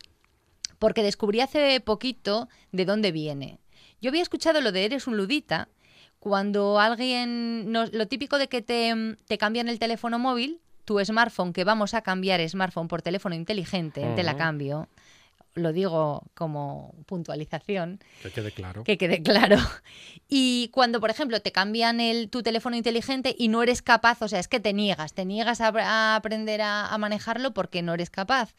[SPEAKER 7] porque descubrí hace poquito de dónde viene. Yo había escuchado lo de eres un ludita cuando alguien, no- lo típico de que te, mm, te cambian el teléfono móvil, tu smartphone, que vamos a cambiar smartphone por teléfono inteligente, te la
[SPEAKER 1] Ujú.
[SPEAKER 7] cambio, lo digo como puntualización,
[SPEAKER 1] Que quede claro.
[SPEAKER 7] que quede claro. Y cuando, por ejemplo, te cambian el, tu teléfono inteligente y no eres capaz, o sea, es que te niegas, te niegas a, a aprender a, a manejarlo porque no eres capaz.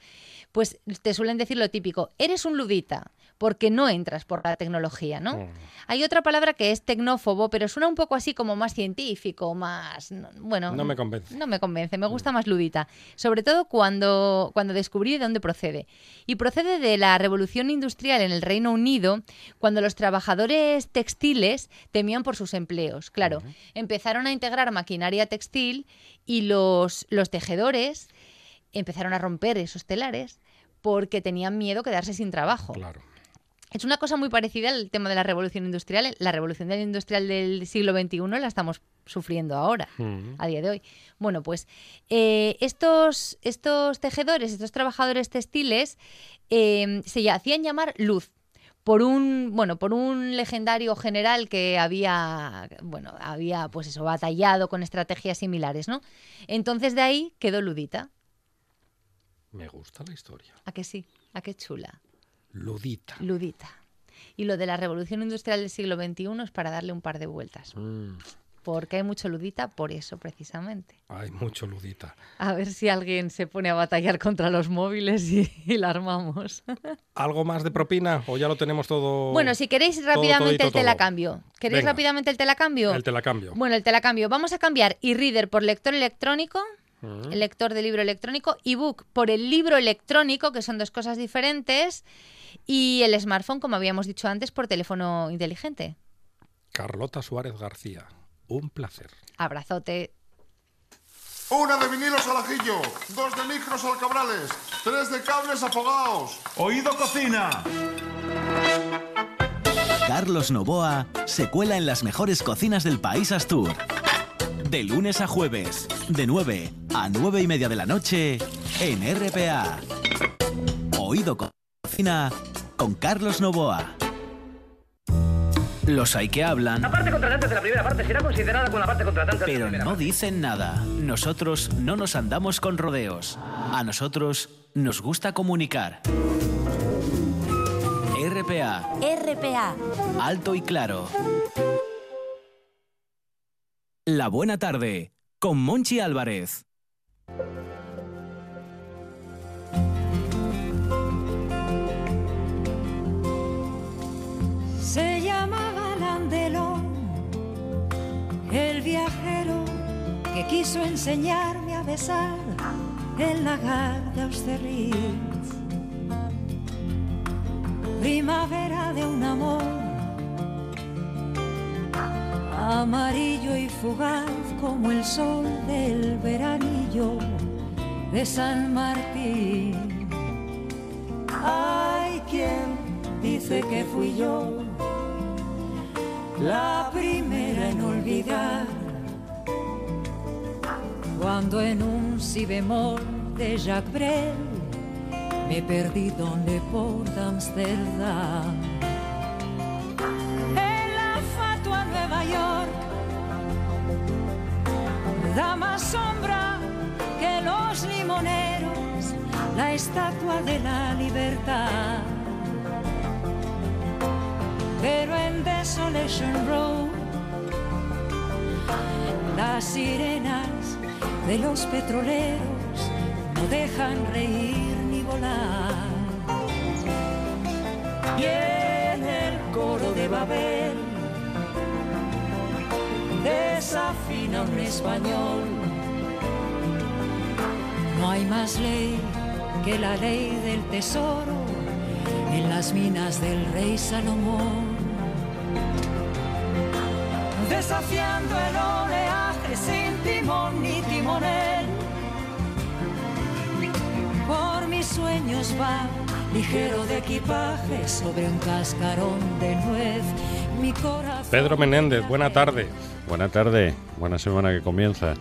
[SPEAKER 7] Pues te suelen decir lo típico, eres un ludita, porque no entras por la tecnología, ¿no?
[SPEAKER 1] Mm.
[SPEAKER 7] Hay otra palabra que es tecnófobo, pero suena un poco así como más científico, más... no- bueno,
[SPEAKER 1] No me convence.
[SPEAKER 7] No me convence, me gusta más ludita. Sobre todo cuando, cuando descubrí de dónde procede. Y procede de la revolución industrial en el Reino Unido, cuando los trabajadores textiles temían por sus empleos. Claro, empezaron a integrar maquinaria textil y los, los tejedores empezaron a romper esos telares porque tenían miedo quedarse sin trabajo.
[SPEAKER 1] Claro.
[SPEAKER 7] Es una cosa muy parecida al tema de la revolución industrial. La revolución del industrial del siglo XXI la estamos sufriendo ahora,
[SPEAKER 1] Mm.
[SPEAKER 7] a día de hoy. Bueno, pues eh, estos, estos tejedores, estos trabajadores textiles, eh, se ya- hacían llamar luz por un bueno por un legendario general que había bueno había pues eso batallado con estrategias similares no entonces de ahí quedó ludita
[SPEAKER 1] Me gusta la historia.
[SPEAKER 7] a que sí a que chula
[SPEAKER 1] Ludita.
[SPEAKER 7] Ludita. Y lo de la revolución industrial del siglo XXI es para darle un par de vueltas.
[SPEAKER 1] Mm.
[SPEAKER 7] Porque hay mucho ludita por eso, precisamente.
[SPEAKER 1] Hay mucho ludita.
[SPEAKER 7] A ver si alguien se pone a batallar contra los móviles y, y la armamos.
[SPEAKER 1] ¿Algo más de propina o ya lo tenemos todo?
[SPEAKER 7] Bueno, si queréis
[SPEAKER 1] todo,
[SPEAKER 7] rápidamente
[SPEAKER 1] todito,
[SPEAKER 7] el
[SPEAKER 1] todo.
[SPEAKER 7] telacambio. ¿Queréis
[SPEAKER 1] Venga.
[SPEAKER 7] rápidamente el telacambio?
[SPEAKER 1] El te la cambio.
[SPEAKER 7] Bueno, el telacambio. Vamos a cambiar e-reader por lector electrónico,
[SPEAKER 1] Mm.
[SPEAKER 7] el lector de libro electrónico, e-book por el libro electrónico, que son dos cosas diferentes, y el smartphone, como habíamos dicho antes, por teléfono inteligente.
[SPEAKER 1] Carlota Suárez García. Un placer.
[SPEAKER 7] Abrazote.
[SPEAKER 6] Una de vinilos al ajillo, dos de micros al cabrales, tres de cables afogados.
[SPEAKER 3] Oído cocina.
[SPEAKER 8] Carlos Novoa se cuela en las mejores cocinas del país Astur. De lunes a jueves, de 9 a 9 y media de la noche, en RPA. Oído co- Cocina con Carlos Novoa. Los hay que hablan,
[SPEAKER 9] parte contratante de la primera parte será considerada con la parte contratante de la
[SPEAKER 8] pero
[SPEAKER 9] primera
[SPEAKER 8] no dicen nada. Nosotros no nos andamos con rodeos. A nosotros nos gusta comunicar. RPA,
[SPEAKER 5] RPA.
[SPEAKER 8] alto y claro. La buena tarde, con Monchi Álvarez.
[SPEAKER 10] Se llamaba Landelón, el viajero que quiso enseñarme a besar el lagar de Austerlitz. Primavera de un amor amarillo y fugaz como el sol del veranillo de San Martín. Hay quien dice que fui yo la primera en olvidar cuando en un si bemol de Jacques Brel me perdí donde por Amsterdam. En la fatua Nueva York, da más sombra que los limoneros, la estatua de la libertad. Pero en Desolation Road, las sirenas de los petroleros no dejan reír ni volar. Y en el coro de Babel desafina un español. No hay más ley que la ley del tesoro en las minas del rey Salomón. Desafiando el oleaje sin timón ni timonel. Por mis sueños va ligero de equipaje sobre un cascarón de nuez. Mi corazón.
[SPEAKER 1] Pedro Menéndez, buena tarde.
[SPEAKER 11] Buena tarde, buena semana que comienza.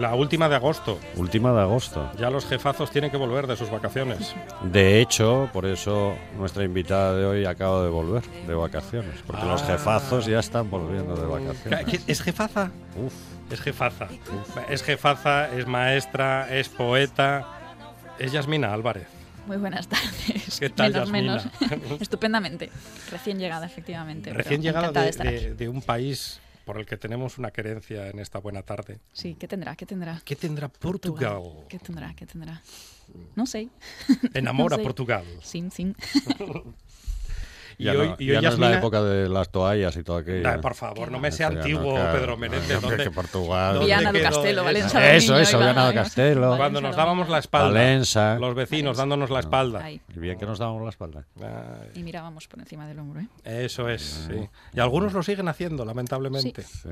[SPEAKER 1] La última de agosto.
[SPEAKER 11] Última de agosto.
[SPEAKER 1] Ya los jefazos tienen que volver de sus vacaciones.
[SPEAKER 11] De hecho, por eso nuestra invitada de hoy acaba de volver de vacaciones, porque los
[SPEAKER 1] Ah.
[SPEAKER 11] jefazos ya están volviendo de
[SPEAKER 1] ¿Qué-
[SPEAKER 11] vacaciones.
[SPEAKER 1] ¿Es jefaza?
[SPEAKER 11] Uf,
[SPEAKER 1] Es jefaza. Es jefaza, es maestra, es poeta. Es Yasmina Álvarez.
[SPEAKER 7] Muy buenas tardes.
[SPEAKER 1] ¿Qué tal,
[SPEAKER 7] menos, menos.
[SPEAKER 1] Yasmina?
[SPEAKER 7] Estupendamente. Recién llegada, efectivamente. pero
[SPEAKER 1] Recién llegada de,
[SPEAKER 7] encantada de estar
[SPEAKER 1] de-
[SPEAKER 7] aquí.
[SPEAKER 1] de un país por el que tenemos una querencia en esta buena tarde.
[SPEAKER 7] Sí, ¿qué tendrá? ¿Qué tendrá?
[SPEAKER 1] ¿Qué tendrá Portugal?
[SPEAKER 7] ¿Qué tendrá? ¿Qué tendrá?
[SPEAKER 11] Mm.
[SPEAKER 7] No sé.
[SPEAKER 1] Enamora Portugal.
[SPEAKER 7] Sí, sí.
[SPEAKER 1] Y
[SPEAKER 11] ya
[SPEAKER 1] hoy-
[SPEAKER 11] no,
[SPEAKER 1] y hoy
[SPEAKER 11] ya no es la
[SPEAKER 1] Yasmina-
[SPEAKER 11] época de las toallas y todo aquello.
[SPEAKER 1] Ay, por favor, no me sea
[SPEAKER 11] Castellano,
[SPEAKER 1] antiguo,
[SPEAKER 11] claro.
[SPEAKER 1] Pedro Menéndez.
[SPEAKER 11] Hombre,
[SPEAKER 1] ¿dónde-
[SPEAKER 11] que Portugal.
[SPEAKER 1] dónde
[SPEAKER 7] Viana do
[SPEAKER 1] quedó
[SPEAKER 7] Castelo,
[SPEAKER 1] eso?
[SPEAKER 7] Valencia eh, do
[SPEAKER 11] Eh, Eso,
[SPEAKER 7] Minho,
[SPEAKER 11] eso,
[SPEAKER 7] ahí va,
[SPEAKER 11] Viana
[SPEAKER 7] ahí
[SPEAKER 11] de
[SPEAKER 7] va.
[SPEAKER 11] Castelo.
[SPEAKER 1] Cuando nos dábamos la espalda.
[SPEAKER 11] Valenza.
[SPEAKER 1] Los vecinos dándonos la espalda.
[SPEAKER 7] Ahí.
[SPEAKER 11] Y bien que nos dábamos la espalda.
[SPEAKER 1] Ay,
[SPEAKER 7] Y mirábamos por encima del hombro, ¿eh?
[SPEAKER 1] eso es, sí. Y algunos lo siguen haciendo, lamentablemente.
[SPEAKER 11] Sí,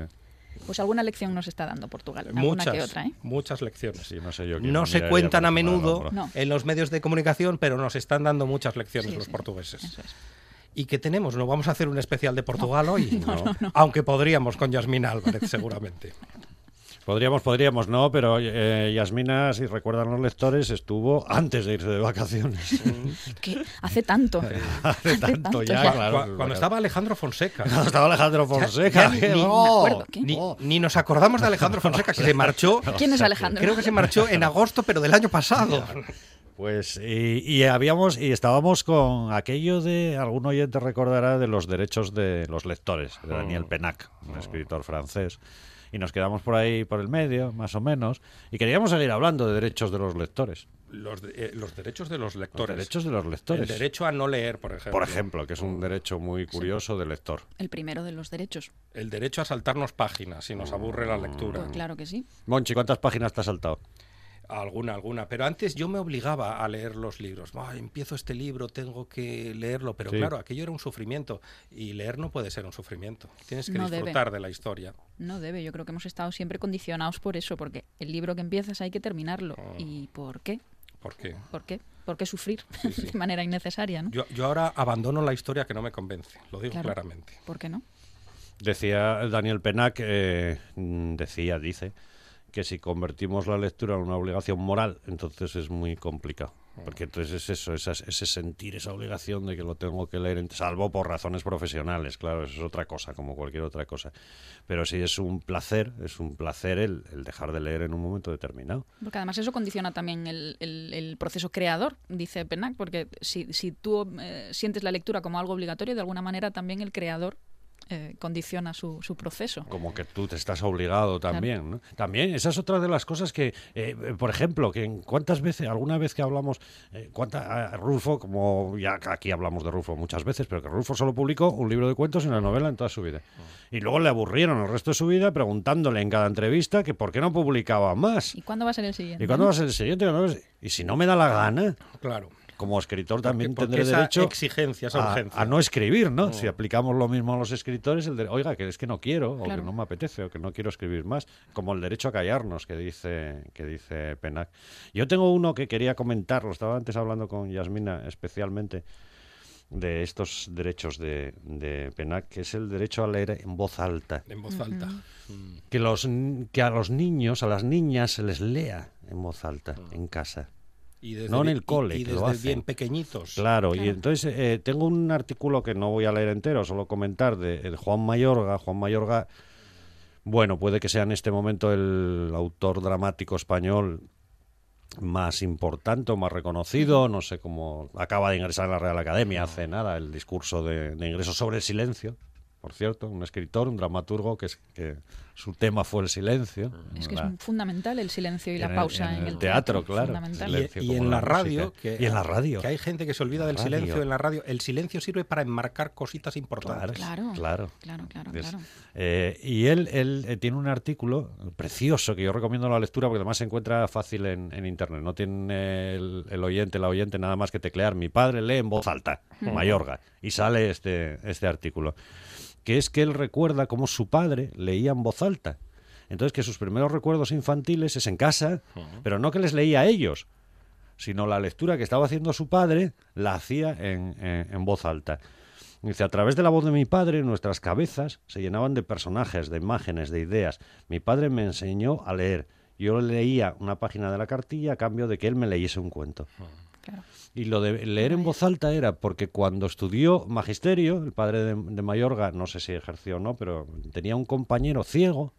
[SPEAKER 7] Pues alguna lección nos está dando Portugal. Alguna
[SPEAKER 1] Muchas,
[SPEAKER 7] que otra, ¿eh?
[SPEAKER 1] muchas lecciones.
[SPEAKER 11] sí, no sé yo. quién
[SPEAKER 1] No se
[SPEAKER 11] miraría
[SPEAKER 1] cuentan a
[SPEAKER 11] por encima del
[SPEAKER 1] menudo
[SPEAKER 11] hombro.
[SPEAKER 7] No.
[SPEAKER 1] en los medios de comunicación, pero nos están dando muchas lecciones
[SPEAKER 7] Sí,
[SPEAKER 1] los
[SPEAKER 7] sí,
[SPEAKER 1] portugueses.
[SPEAKER 7] Eso es.
[SPEAKER 1] ¿Y qué tenemos? ¿No vamos a hacer un especial de Portugal hoy?
[SPEAKER 11] no, no,
[SPEAKER 1] Aunque podríamos con Yasmina Álvarez, seguramente.
[SPEAKER 11] Podríamos, podríamos, no, pero eh, Yasmina, si recuerdan los lectores, estuvo antes de irse de vacaciones.
[SPEAKER 7] Que hace tanto.
[SPEAKER 11] Hace tanto ya,
[SPEAKER 1] Cu-
[SPEAKER 11] claro.
[SPEAKER 1] cu- cuando estaba Alejandro Fonseca.
[SPEAKER 11] Cuando estaba Alejandro Fonseca.
[SPEAKER 1] ya
[SPEAKER 11] que
[SPEAKER 1] ni-
[SPEAKER 11] no.
[SPEAKER 7] me acuerdo, ¿qué?
[SPEAKER 1] Ni, ni nos acordamos de Alejandro Fonseca, que se marchó.
[SPEAKER 7] ¿Quién es Alejandro?
[SPEAKER 1] Creo que se marchó en agosto, pero del año pasado.
[SPEAKER 11] Pues y, y habíamos y estábamos con aquello de algún oyente recordará de los derechos de los lectores de Pues, eh, Daniel Penac, un escritor francés. Y nos quedamos por ahí por el medio, más o menos, y queríamos seguir hablando de derechos de los lectores.
[SPEAKER 1] Los, de- eh, los derechos de los
[SPEAKER 11] Los
[SPEAKER 1] lectores.
[SPEAKER 11] derechos de los
[SPEAKER 1] El
[SPEAKER 11] lectores.
[SPEAKER 1] derecho a no leer, por ejemplo.
[SPEAKER 11] por ejemplo, que es
[SPEAKER 7] oh,
[SPEAKER 11] un derecho muy curioso del lector.
[SPEAKER 7] El primero de los derechos.
[SPEAKER 1] El derecho a saltarnos páginas si nos aburre la lectura.
[SPEAKER 7] Pues claro que sí.
[SPEAKER 11] Monchi, ¿cuántas páginas te has saltado?
[SPEAKER 1] Alguna, alguna. Pero antes yo me obligaba a leer los libros. "Ah, empiezo este libro, tengo que leerlo. Pero
[SPEAKER 11] Sí.
[SPEAKER 1] claro, aquello era un sufrimiento. Y leer no puede ser un sufrimiento. Tienes que
[SPEAKER 7] No debe.
[SPEAKER 1] disfrutar de la historia.
[SPEAKER 7] No debe, yo creo que hemos estado siempre condicionados por eso, porque el libro que empiezas hay que terminarlo.
[SPEAKER 11] Oh.
[SPEAKER 7] ¿Y por qué?
[SPEAKER 1] ¿Por qué?
[SPEAKER 7] ¿Por qué? ¿Por qué sufrir
[SPEAKER 1] Sí, sí.
[SPEAKER 7] de manera innecesaria? ¿no?
[SPEAKER 1] Yo, yo ahora abandono la historia que no me convence. Lo digo
[SPEAKER 7] Claro.
[SPEAKER 1] claramente.
[SPEAKER 7] ¿Por qué no?
[SPEAKER 11] Decía Daniel Penac, eh, mm, decía, dice, que si convertimos la lectura en una obligación moral, entonces es muy complicado.
[SPEAKER 10] Porque entonces es eso, esas- ese sentir, esa obligación de que lo tengo que leer, ent- salvo por razones profesionales, claro, eso es otra cosa, como cualquier otra cosa. Pero sí es un placer, es un placer el, el dejar de leer en un momento determinado.
[SPEAKER 7] Porque además eso condiciona también el, el- el proceso creador, dice Penac, porque si, si tú eh, sientes la lectura como algo obligatorio, de alguna manera también el creador eh, condiciona su, su proceso.
[SPEAKER 10] Como que tú te estás obligado también, ¿no? También, esa es otra de las cosas que, eh, por ejemplo, que en cuántas veces, alguna vez que hablamos, eh, cuánta, a Rulfo, como ya aquí hablamos de Rulfo muchas veces, pero que Rulfo solo publicó un libro de cuentos y una novela en toda su vida. Y luego le aburrieron el resto de su vida preguntándole en cada entrevista que por qué no publicaba más.
[SPEAKER 7] ¿Y cuándo va a ser el siguiente?
[SPEAKER 10] ¿Y cuándo va a ser el siguiente? Y si no me da la gana,
[SPEAKER 1] Claro.
[SPEAKER 10] como escritor también
[SPEAKER 1] porque
[SPEAKER 10] tendré
[SPEAKER 1] esa
[SPEAKER 10] derecho
[SPEAKER 1] exigencia, esa
[SPEAKER 10] a-
[SPEAKER 1] urgencia.
[SPEAKER 10] a, no escribir, ¿no? Si aplicamos lo mismo a los escritores, el de, oiga, que es que no quiero, o
[SPEAKER 7] Claro.
[SPEAKER 10] que no me apetece, o que no quiero escribir más, como el derecho a callarnos que dice, que dice Penac. Yo tengo uno que quería comentar, lo estaba antes hablando con Yasmina especialmente, de estos derechos de, de Penac, que es el derecho a leer en voz alta
[SPEAKER 1] En voz alta. Mm.
[SPEAKER 10] que, los, ni- que a los niños, a las niñas, se les lea en voz alta, en casa.
[SPEAKER 1] Y desde
[SPEAKER 10] no en
[SPEAKER 1] bi-
[SPEAKER 10] el cole,
[SPEAKER 1] y- y
[SPEAKER 10] que lo
[SPEAKER 1] desde
[SPEAKER 10] hacen.
[SPEAKER 1] bien pequeñitos.
[SPEAKER 10] Claro, y
[SPEAKER 1] Claro.
[SPEAKER 10] entonces eh, tengo un artículo que no voy a leer entero, solo comentar, de, de Juan Mayorga. Juan Mayorga, bueno, puede que sea en este momento el autor dramático español más importante o más reconocido, no sé cómo acaba de ingresar a la Real Academia hace nada, el discurso de, de ingreso sobre el silencio, por cierto, un escritor, un dramaturgo que, es- que su tema fue el silencio.
[SPEAKER 7] Es que
[SPEAKER 10] La-
[SPEAKER 7] es fundamental el silencio y
[SPEAKER 10] en
[SPEAKER 7] la
[SPEAKER 10] el-
[SPEAKER 7] pausa
[SPEAKER 10] en
[SPEAKER 7] en,
[SPEAKER 10] el teatro, claro.
[SPEAKER 7] Fundamental.
[SPEAKER 10] Le-
[SPEAKER 1] Y,
[SPEAKER 10] silencio
[SPEAKER 1] y
[SPEAKER 10] como
[SPEAKER 1] en
[SPEAKER 10] la
[SPEAKER 1] la radio,
[SPEAKER 10] música.
[SPEAKER 1] que,
[SPEAKER 10] Y en la radio.
[SPEAKER 1] que hay gente que se olvida del
[SPEAKER 10] Radio.
[SPEAKER 1] silencio en la radio. El silencio sirve para enmarcar cositas importantes.
[SPEAKER 7] Claro,
[SPEAKER 10] Claro.
[SPEAKER 7] claro, claro,
[SPEAKER 10] Es-
[SPEAKER 7] claro.
[SPEAKER 10] eh, y él, él, eh, tiene un artículo precioso que yo recomiendo la lectura porque además se encuentra fácil en, en internet. No tiene el, el oyente, la oyente nada más que teclear. Mi padre lee en voz alta,
[SPEAKER 7] Mm.
[SPEAKER 12] Ujú.
[SPEAKER 10] Mayorga, y sale este, este artículo. Que es que él recuerda cómo su padre leía en voz alta. Entonces que sus primeros recuerdos infantiles es en casa, pero no que les leía a ellos, sino la lectura que estaba haciendo su padre la hacía en, en- en voz alta. Dice, a través de la voz de mi padre, nuestras cabezas se llenaban de personajes, de imágenes, de ideas. Mi padre me enseñó a leer. Yo leía una página de la cartilla a cambio de que él me leyese un cuento. Y lo de leer en voz alta era porque cuando estudió magisterio, el padre de, de Mayorga, no sé si ejerció o no, pero tenía un compañero ciego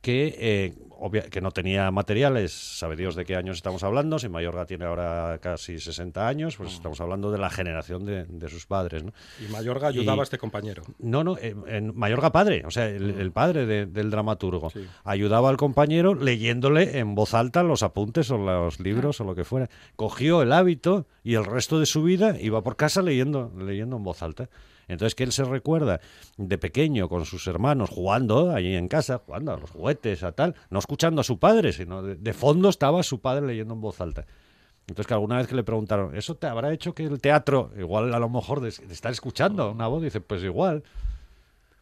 [SPEAKER 10] que, eh, obvia- que no tenía materiales, sabe Dios de qué años estamos hablando, si Mayorga tiene ahora casi 60 años, pues estamos hablando de la generación de, de sus padres. ¿no?
[SPEAKER 1] Y Mayorga ayudaba
[SPEAKER 10] Y-
[SPEAKER 1] a este compañero.
[SPEAKER 10] no, no, eh, en Mayorga padre, o sea, el, el padre de- del dramaturgo. Ayudaba al compañero leyéndole en voz alta los apuntes o los libros o lo que fuera. Cogió el hábito y el resto de su vida iba por casa leyendo, leyendo en voz alta. Entonces que él se recuerda de pequeño con sus hermanos jugando allí en casa, jugando a los juguetes, a tal, no escuchando a su padre, sino de- de fondo estaba su padre leyendo en voz alta. Entonces que alguna vez que le preguntaron, ¿eso te habrá hecho que el teatro, igual a lo mejor de, de estar escuchando una voz, dice, pues igual,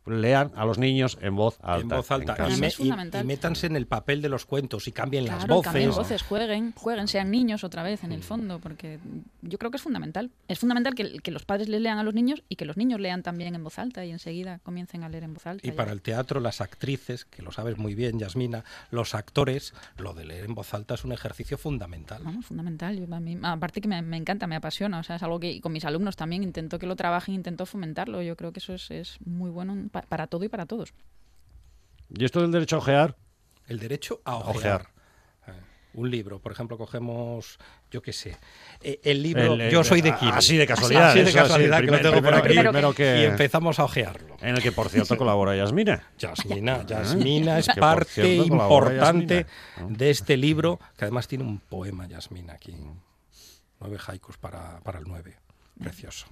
[SPEAKER 10] lean a los niños en voz alta.
[SPEAKER 1] en voz alta.
[SPEAKER 10] en casa.
[SPEAKER 1] y, me-
[SPEAKER 7] Es
[SPEAKER 1] y-
[SPEAKER 7] fundamental.
[SPEAKER 1] y métanse en el papel de los cuentos y cambien las
[SPEAKER 7] Claro,
[SPEAKER 1] voces.
[SPEAKER 7] cambien voces, jueguen, jueguen, sean niños otra vez en el fondo, porque yo creo que es fundamental. Es fundamental que, que los padres les lean a los niños y que los niños lean también en voz alta y enseguida comiencen a leer en voz alta.
[SPEAKER 1] Y
[SPEAKER 7] ya.
[SPEAKER 1] para el teatro, las actrices, que lo sabes muy bien, Yasmina, los actores, lo de leer en voz alta es un ejercicio fundamental.
[SPEAKER 7] Vamos, fundamental. Yo, a mí- aparte que me, me encanta, me apasiona. O sea, es algo que y con mis alumnos también intento que lo trabajen, intento fomentarlo. Yo creo que eso es, es muy bueno pa- para todo y para todos.
[SPEAKER 10] ¿Y esto del derecho a ojear?
[SPEAKER 1] El derecho a ojear. Eh, Un libro, por ejemplo, cogemos, yo qué sé, eh, el libro
[SPEAKER 10] El- el-
[SPEAKER 1] Yo soy de
[SPEAKER 10] a-
[SPEAKER 1] Kiro.
[SPEAKER 10] así de casualidad,
[SPEAKER 1] Así de
[SPEAKER 10] eso, así,
[SPEAKER 1] casualidad,
[SPEAKER 10] el
[SPEAKER 1] que lo
[SPEAKER 10] primer-
[SPEAKER 1] tengo por
[SPEAKER 10] primero
[SPEAKER 1] aquí.
[SPEAKER 10] que- primero que-
[SPEAKER 1] Y empezamos a ojearlo.
[SPEAKER 10] En el que, por cierto, colabora Yasmina.
[SPEAKER 1] Yasmina,
[SPEAKER 10] Ah.
[SPEAKER 1] Yasmina es
[SPEAKER 10] Que, por
[SPEAKER 1] parte
[SPEAKER 10] cierto, colabora
[SPEAKER 1] importante
[SPEAKER 10] Yasmina.
[SPEAKER 1] de este libro, que además tiene un poema Yasmina aquí.
[SPEAKER 10] Mm.
[SPEAKER 1] Nueve haikus para, para el nueve. Precioso.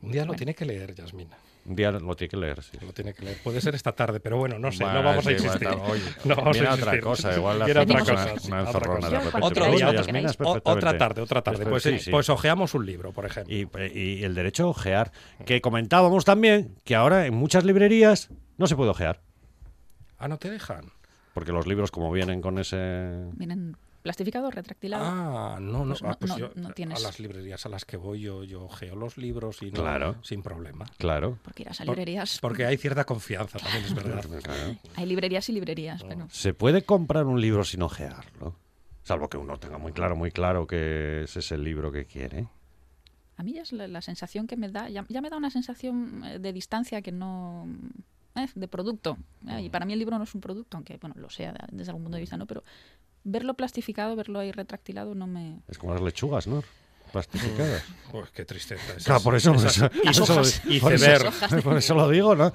[SPEAKER 1] Un día lo tiene que leer, Yasmina.
[SPEAKER 10] Un día lo tiene que leer, sí.
[SPEAKER 1] Lo tiene que leer. Puede ser esta tarde, pero bueno, no sé,
[SPEAKER 10] Bueno,
[SPEAKER 1] no vamos a
[SPEAKER 10] sí, igual
[SPEAKER 1] insistir.
[SPEAKER 10] tal- oye,
[SPEAKER 1] no vamos a
[SPEAKER 10] viene otra
[SPEAKER 1] insistir.
[SPEAKER 10] cosa, igual le
[SPEAKER 1] Viene
[SPEAKER 10] hacemos
[SPEAKER 1] otra cosa,
[SPEAKER 10] una-
[SPEAKER 1] sí,
[SPEAKER 10] una
[SPEAKER 1] otra
[SPEAKER 10] encerrona
[SPEAKER 1] cosa.
[SPEAKER 10] de repente,
[SPEAKER 1] Otro
[SPEAKER 10] pero
[SPEAKER 1] día,
[SPEAKER 10] bueno,
[SPEAKER 1] otra-
[SPEAKER 10] Yasmina es
[SPEAKER 1] o-
[SPEAKER 10] perfectamente-
[SPEAKER 1] otra tarde, otra tarde.
[SPEAKER 10] Esto-
[SPEAKER 1] Pues,
[SPEAKER 10] sí,
[SPEAKER 1] eh,
[SPEAKER 10] sí.
[SPEAKER 1] pues ojeamos un libro, por ejemplo.
[SPEAKER 10] Y,
[SPEAKER 11] eh,
[SPEAKER 10] y el derecho a ojear, que comentábamos también que ahora en muchas librerías no se puede ojear,
[SPEAKER 1] Ah, no te dejan.
[SPEAKER 10] porque los libros como vienen con ese...
[SPEAKER 7] Vienen plastificados, retractilados.
[SPEAKER 1] Ah, no, no.
[SPEAKER 7] Pues
[SPEAKER 1] ah, pues
[SPEAKER 7] no-
[SPEAKER 1] yo-
[SPEAKER 7] no
[SPEAKER 1] A
[SPEAKER 7] tienes.
[SPEAKER 1] las librerías a las que voy yo, yo ojeo los libros y no,
[SPEAKER 10] Claro.
[SPEAKER 1] sin problema.
[SPEAKER 10] Claro.
[SPEAKER 7] Porque irás a
[SPEAKER 1] Por-
[SPEAKER 7] librerías.
[SPEAKER 1] porque hay cierta confianza, también es verdad.
[SPEAKER 10] Claro.
[SPEAKER 7] Hay librerías y librerías, pero
[SPEAKER 10] Se puede comprar un libro sin ojearlo.
[SPEAKER 11] Salvo que uno tenga muy claro, muy claro que ese es el libro que quiere.
[SPEAKER 10] A mí ya es la, la sensación que me da, ya, ya me da una sensación eh, de distancia que no... eh, de producto. eh, y para mí el libro no es un producto, aunque, bueno, lo sea de- desde algún punto de vista, ¿no? Pero verlo plastificado, verlo ahí retractilado, no me...
[SPEAKER 11] Es como las lechugas, ¿no? Plastificadas.
[SPEAKER 1] Pues qué tristeza. esas-
[SPEAKER 11] Claro, por eso, por
[SPEAKER 1] esas-
[SPEAKER 11] eso, por eso-
[SPEAKER 1] y
[SPEAKER 11] por eso-
[SPEAKER 1] ceber.
[SPEAKER 11] por eso lo digo, ¿no?